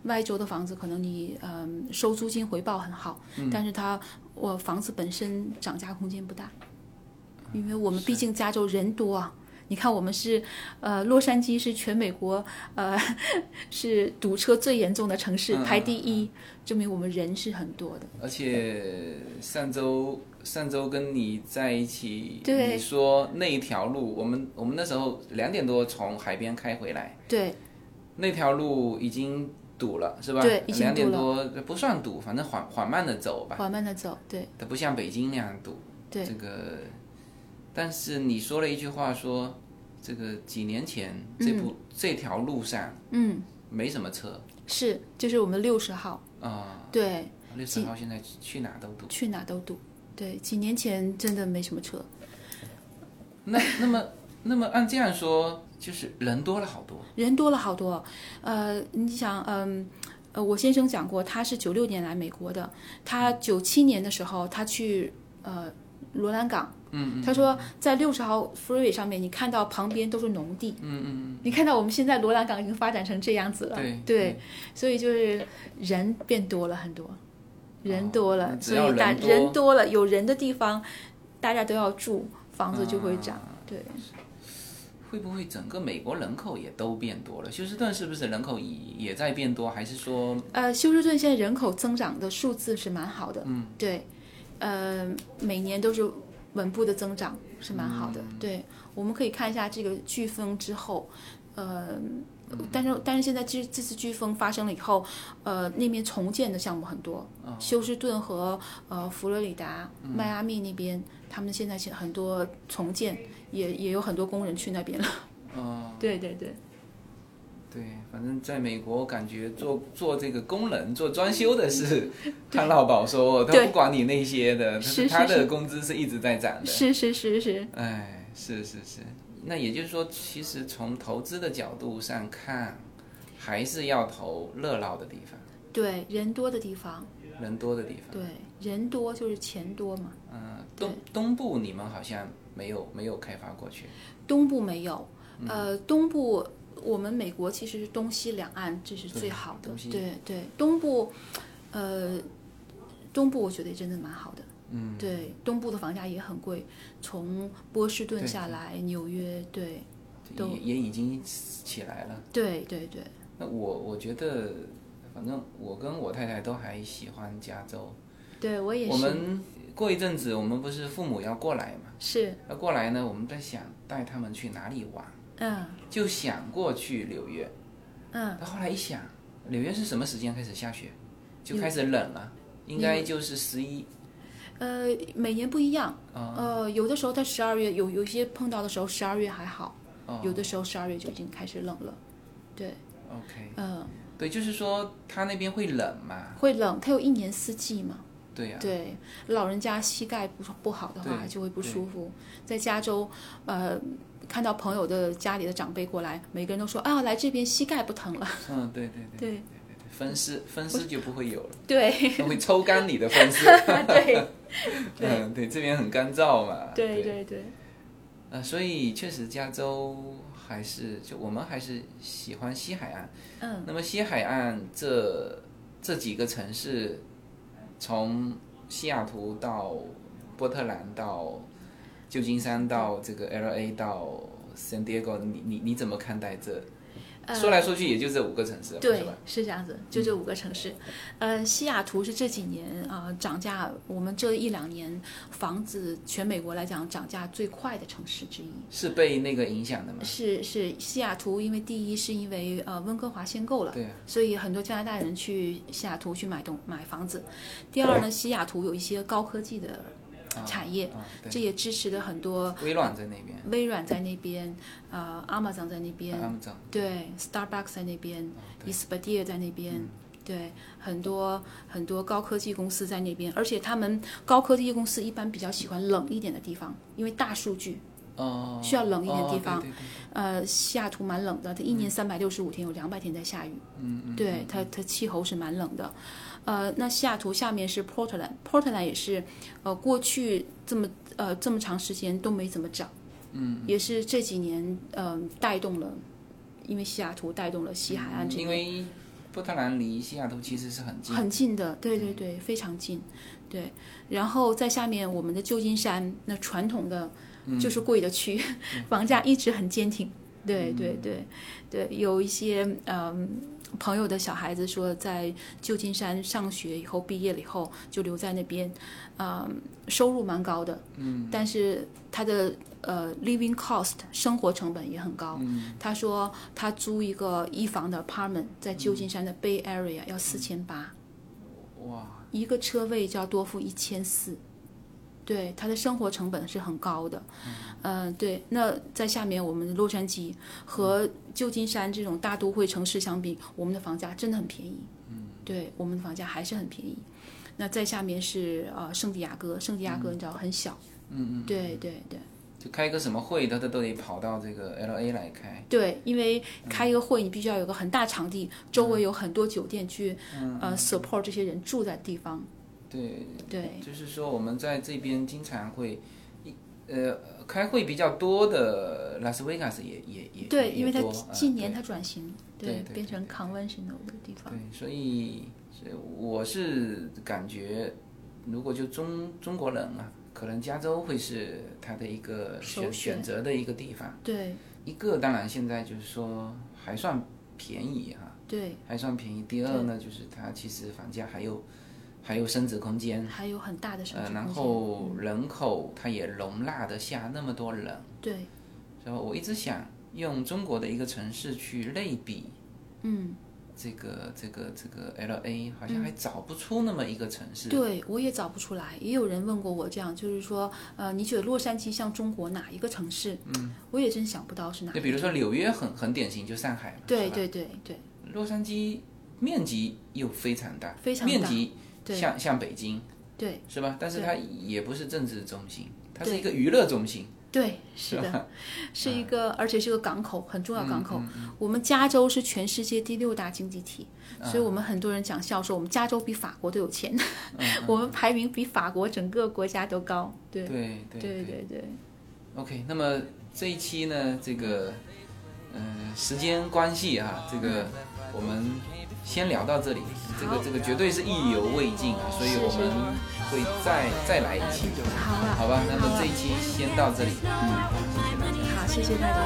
[SPEAKER 2] 外州的房子可能你嗯、收租金回报很好，
[SPEAKER 1] 嗯
[SPEAKER 2] 但是它我房子本身涨价空间不大，
[SPEAKER 1] 啊
[SPEAKER 2] 因为我们毕竟加州人多啊。你看，我们是，呃，洛杉矶是全美国，呃， 是堵车最严重的城市，
[SPEAKER 1] 嗯
[SPEAKER 2] 排
[SPEAKER 1] 嗯
[SPEAKER 2] 第一，证明我们人是很多的。
[SPEAKER 1] 而且上周上周跟你在一起，
[SPEAKER 2] 对
[SPEAKER 1] 你说那一条路，我们我们那时候两点多从海边开回来，
[SPEAKER 2] 对，
[SPEAKER 1] 那条路已经堵了，是吧？
[SPEAKER 2] 对已经
[SPEAKER 1] 两点
[SPEAKER 2] 堵
[SPEAKER 1] 多不算堵，反正缓缓慢的走吧，
[SPEAKER 2] 缓慢的走，对
[SPEAKER 1] 它不像北京那样堵。
[SPEAKER 2] 对
[SPEAKER 1] 这个，但是你说了一句话说，这个几年前这部、这条路上，
[SPEAKER 2] 嗯，
[SPEAKER 1] 没什么车
[SPEAKER 2] 是，就是我们六十号，
[SPEAKER 1] 啊，
[SPEAKER 2] 对，
[SPEAKER 1] 六十号现在去哪都堵。
[SPEAKER 2] 去哪都堵，对，几年前真的没什么车，
[SPEAKER 1] 那那么 那么按这样说，就是人多了好多。
[SPEAKER 2] 人多了好多，呃，你想，嗯。呃，我先生讲过，他是九六年来美国的。他九七年的时候，他去呃罗兰港，嗯，他说在六十号 freeway 上面，你看到旁边都是农地，嗯嗯，你看到我们现在罗兰港已经发展成这样子了，
[SPEAKER 1] 对
[SPEAKER 2] 对，所以就是人变多了很多，人多了，
[SPEAKER 1] 哦只
[SPEAKER 2] 所
[SPEAKER 1] 要
[SPEAKER 2] 以大
[SPEAKER 1] 人多
[SPEAKER 2] 人多了，有人的地方，大家都要住，房子就会涨。对，
[SPEAKER 1] 会不会整个美国人口也都变多了？休斯顿是不是人口也也在变多？还是说
[SPEAKER 2] 呃，休斯顿现在人口增长的数字是蛮好的，嗯，对，呃，每年都是稳步的增长，是蛮好的。对，我们可以看一下这个飓风之后，呃。但是但是现在这这次飓风发生了以后，呃，那边重建的项目很多，休斯顿和呃佛罗里达、迈阿密那边，他们现在现很多重建，也也有很多工人去那边了。
[SPEAKER 1] 呃，
[SPEAKER 2] 对对对，
[SPEAKER 1] 对，反正在美国感觉做做这个工人、做装修的是 旱涝保收，他
[SPEAKER 2] 对
[SPEAKER 1] 不管你那些的，
[SPEAKER 2] 嗯是是
[SPEAKER 1] 他的
[SPEAKER 2] 是
[SPEAKER 1] 工资是一直在涨的。
[SPEAKER 2] 是是是是，
[SPEAKER 1] 哎，是是是，那也就是说，其实从投资的角度上看，还是要投热闹的地方，
[SPEAKER 2] 对，人多的地方。
[SPEAKER 1] 人多的地方。
[SPEAKER 2] 对，人多就是钱多嘛。
[SPEAKER 1] 嗯，东东部你们好像没有没有开发过去，
[SPEAKER 2] 东部没有，
[SPEAKER 1] 嗯
[SPEAKER 2] 呃，东部我们美国其实是东西两岸，这是最好的
[SPEAKER 1] 东西。
[SPEAKER 2] 对对，东部，呃，东部我觉得真的蛮好的。嗯，对，东部的房价也很贵，从波士顿
[SPEAKER 1] 对
[SPEAKER 2] 下来，纽约，对
[SPEAKER 1] 也
[SPEAKER 2] 都
[SPEAKER 1] 也已经起来了。
[SPEAKER 2] 对对对，
[SPEAKER 1] 那我我觉得，反正我跟我太太都还喜欢加州。
[SPEAKER 2] 对我也
[SPEAKER 1] 我
[SPEAKER 2] 是，
[SPEAKER 1] 们过一阵子，我们不是父母要过来嘛？
[SPEAKER 2] 是，
[SPEAKER 1] 要过来呢，我们在想带他们去哪里玩，
[SPEAKER 2] 嗯
[SPEAKER 1] 就想过去纽约。
[SPEAKER 2] 嗯，
[SPEAKER 1] 但后来一想，纽约是什么时间开始下雪？就开始冷了，应该就是十一。
[SPEAKER 2] 呃，每年不一样，
[SPEAKER 1] 啊
[SPEAKER 2] 呃，有的时候它十二月有有一些碰到的时候十二月还好，
[SPEAKER 1] 哦
[SPEAKER 2] 有的时候十二月就已经开始冷了，对，
[SPEAKER 1] OK，
[SPEAKER 2] 嗯、
[SPEAKER 1] 对，就是说他那边会冷嘛？
[SPEAKER 2] 会冷，它有一年四季嘛，
[SPEAKER 1] 对呀、
[SPEAKER 2] 对，老人家膝盖不不好的话
[SPEAKER 1] 对
[SPEAKER 2] 就会不
[SPEAKER 1] 对
[SPEAKER 2] 舒服。在加州，呃，看到朋友的家里的长辈过来，每个人都说啊，来这边膝盖不疼了。
[SPEAKER 1] 嗯，对对对，
[SPEAKER 2] 对
[SPEAKER 1] 风湿风湿就不会有了，
[SPEAKER 2] 对
[SPEAKER 1] 它会抽干你的风湿。
[SPEAKER 2] 对 对
[SPEAKER 1] 嗯，对，这边很干燥嘛。
[SPEAKER 2] 对对对，
[SPEAKER 1] 呃，所以确实加州还是就我们还是喜欢西海岸。
[SPEAKER 2] 嗯，
[SPEAKER 1] 那么西海岸这这几个城市，从西雅图到波特兰到旧金山到这个 L A 到 San Diego，你你你怎么看待这？
[SPEAKER 2] 呃
[SPEAKER 1] 说来说去也就这五个城市了，
[SPEAKER 2] 对
[SPEAKER 1] 是吧？，
[SPEAKER 2] 是这样子，就这五个城市。呃，西雅图是这几年啊、呃涨价，我们这一两年房子全美国来讲涨价最快的城市之一。
[SPEAKER 1] 是被那个影响的吗？
[SPEAKER 2] 是是，西雅图因为第一是因为呃温哥华限购了，
[SPEAKER 1] 对啊
[SPEAKER 2] 所以很多加拿大人去西雅图去买东买房子。第二呢，西雅图有一些高科技的
[SPEAKER 1] 啊
[SPEAKER 2] 产业，
[SPEAKER 1] 啊，
[SPEAKER 2] 这
[SPEAKER 1] 对，
[SPEAKER 2] 也支持了很多
[SPEAKER 1] 微软在那边
[SPEAKER 2] 微软在那边，呃，Amazon 在那边，
[SPEAKER 1] ，Amazon，
[SPEAKER 2] 对，Starbucks 在那边
[SPEAKER 1] 啊对嗯
[SPEAKER 2] ，Expedia 在那边。对，很多很多高科技公司在那边，而且他们高科技公司一般比较喜欢冷一点的地方，因为大数据，
[SPEAKER 1] 哦，
[SPEAKER 2] 需要冷一点
[SPEAKER 1] 哦
[SPEAKER 2] 地方
[SPEAKER 1] 对对对
[SPEAKER 2] 呃，西雅图蛮冷的，它一年三百六十五天有两百天在下雨，
[SPEAKER 1] 嗯嗯，
[SPEAKER 2] 对它它气候是蛮冷的。呃，那西雅图下面是 Portland，Portland 也是呃过去这么呃这么长时间都没怎么涨，嗯，也是这几年呃带动了，因为西雅图带动了西海岸这
[SPEAKER 1] 因
[SPEAKER 2] 边
[SPEAKER 1] 为波特兰离西雅图其实是很近，
[SPEAKER 2] 很近的，对对对，非常近，对。然后在下面我们的旧金山，那传统的就是贵的区， 房价一直很坚挺。对对对对，有一些嗯朋友的小孩子说，在旧金山上学以后，毕业了以后就留在那边，嗯，收入蛮高的，嗯，但是他的呃 living cost 生活成本也很高。他说他租一个一房的 apartment 在旧金山的 Bay Area 要四千八，
[SPEAKER 1] 哇，
[SPEAKER 2] 一个车位就要多付一千四，对，他的生活成本是很高的。嗯、呃，对。那在下面我们洛杉矶和旧金山这种大都会城市相比，我们的房价真的很便宜。嗯，对，我们的房价还是很便宜。那在下面是呃圣地亚哥，圣地亚哥你知道很小。嗯嗯。对对对
[SPEAKER 1] 就开个什么会，他他都得跑到这个 L A 来开，
[SPEAKER 2] 对，因为
[SPEAKER 1] 嗯
[SPEAKER 2] 开一个会，你必须要有个很大场地，周围有很多酒店去、
[SPEAKER 1] 嗯
[SPEAKER 2] 呃 support 这些人住在地方。
[SPEAKER 1] 对，
[SPEAKER 2] 对。
[SPEAKER 1] 就是说我们在这边经常会一。呃，开会比较多的拉斯维加斯也也也
[SPEAKER 2] 对，
[SPEAKER 1] 也
[SPEAKER 2] 因为它
[SPEAKER 1] 多
[SPEAKER 2] 近年
[SPEAKER 1] 啊
[SPEAKER 2] 它转型，
[SPEAKER 1] 对对对
[SPEAKER 2] 变成
[SPEAKER 1] 对
[SPEAKER 2] conventional 的地
[SPEAKER 1] 对
[SPEAKER 2] 方。
[SPEAKER 1] 对，所以所以我是感觉，如果就中中国人啊，可能加州会是他的一个
[SPEAKER 2] 首
[SPEAKER 1] 选
[SPEAKER 2] 选
[SPEAKER 1] 选择的一个地方。
[SPEAKER 2] 对
[SPEAKER 1] 一个当然现在就是说还算便宜哈、
[SPEAKER 2] 对，
[SPEAKER 1] 还算便宜。第二呢，就是它其实房价还有还有升值空间，
[SPEAKER 2] 还有很大的上
[SPEAKER 1] 嗯呃，
[SPEAKER 2] 升
[SPEAKER 1] 然
[SPEAKER 2] 空间。
[SPEAKER 1] 后人口它也容纳得下那么多人，
[SPEAKER 2] 对，
[SPEAKER 1] 然后我一直想用中国的一个城市去类比
[SPEAKER 2] 嗯，
[SPEAKER 1] 这个这个这个 L A，好像还找不出那么一个城市。
[SPEAKER 2] 对我也找不出来，也有人问过我这样，就是说，呃，你觉得洛杉矶像中国哪一个城市？嗯，我也真想不到是哪一
[SPEAKER 1] 就
[SPEAKER 2] 个。
[SPEAKER 1] 比如说纽约很很典型，就上海嘛，
[SPEAKER 2] 对
[SPEAKER 1] 是吧，
[SPEAKER 2] 对对对
[SPEAKER 1] 洛杉矶面积又非常大，
[SPEAKER 2] 非常大
[SPEAKER 1] 面积
[SPEAKER 2] 对
[SPEAKER 1] 像像北京
[SPEAKER 2] 对
[SPEAKER 1] 是吧？但是
[SPEAKER 2] 对
[SPEAKER 1] 它也不是政治中心，它是
[SPEAKER 2] 对
[SPEAKER 1] 一个娱乐中心。
[SPEAKER 2] 对，是嗯的，是一个，而且是个港口，很重要港口。我们加州是全世界第六大经济体，所以我们很多人讲笑说，我们加州比法国都有钱， 我们排名比法国整个国家都高。对
[SPEAKER 1] 对对
[SPEAKER 2] 对对对，
[SPEAKER 1] OK，那么这一期呢，这个，嗯、时间关系哈、这个我们先聊到这里。这个这个绝对是意犹未尽啊，所以我们会再再来一期，
[SPEAKER 2] 好啊，
[SPEAKER 1] 好吧？那么这一期先到这里。
[SPEAKER 2] 好，谢谢大家。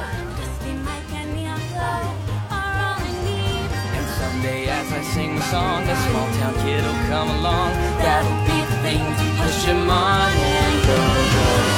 [SPEAKER 4] And someday as I sing a song, a small town kid'll come along. That'll be the thing to push him on and go, go.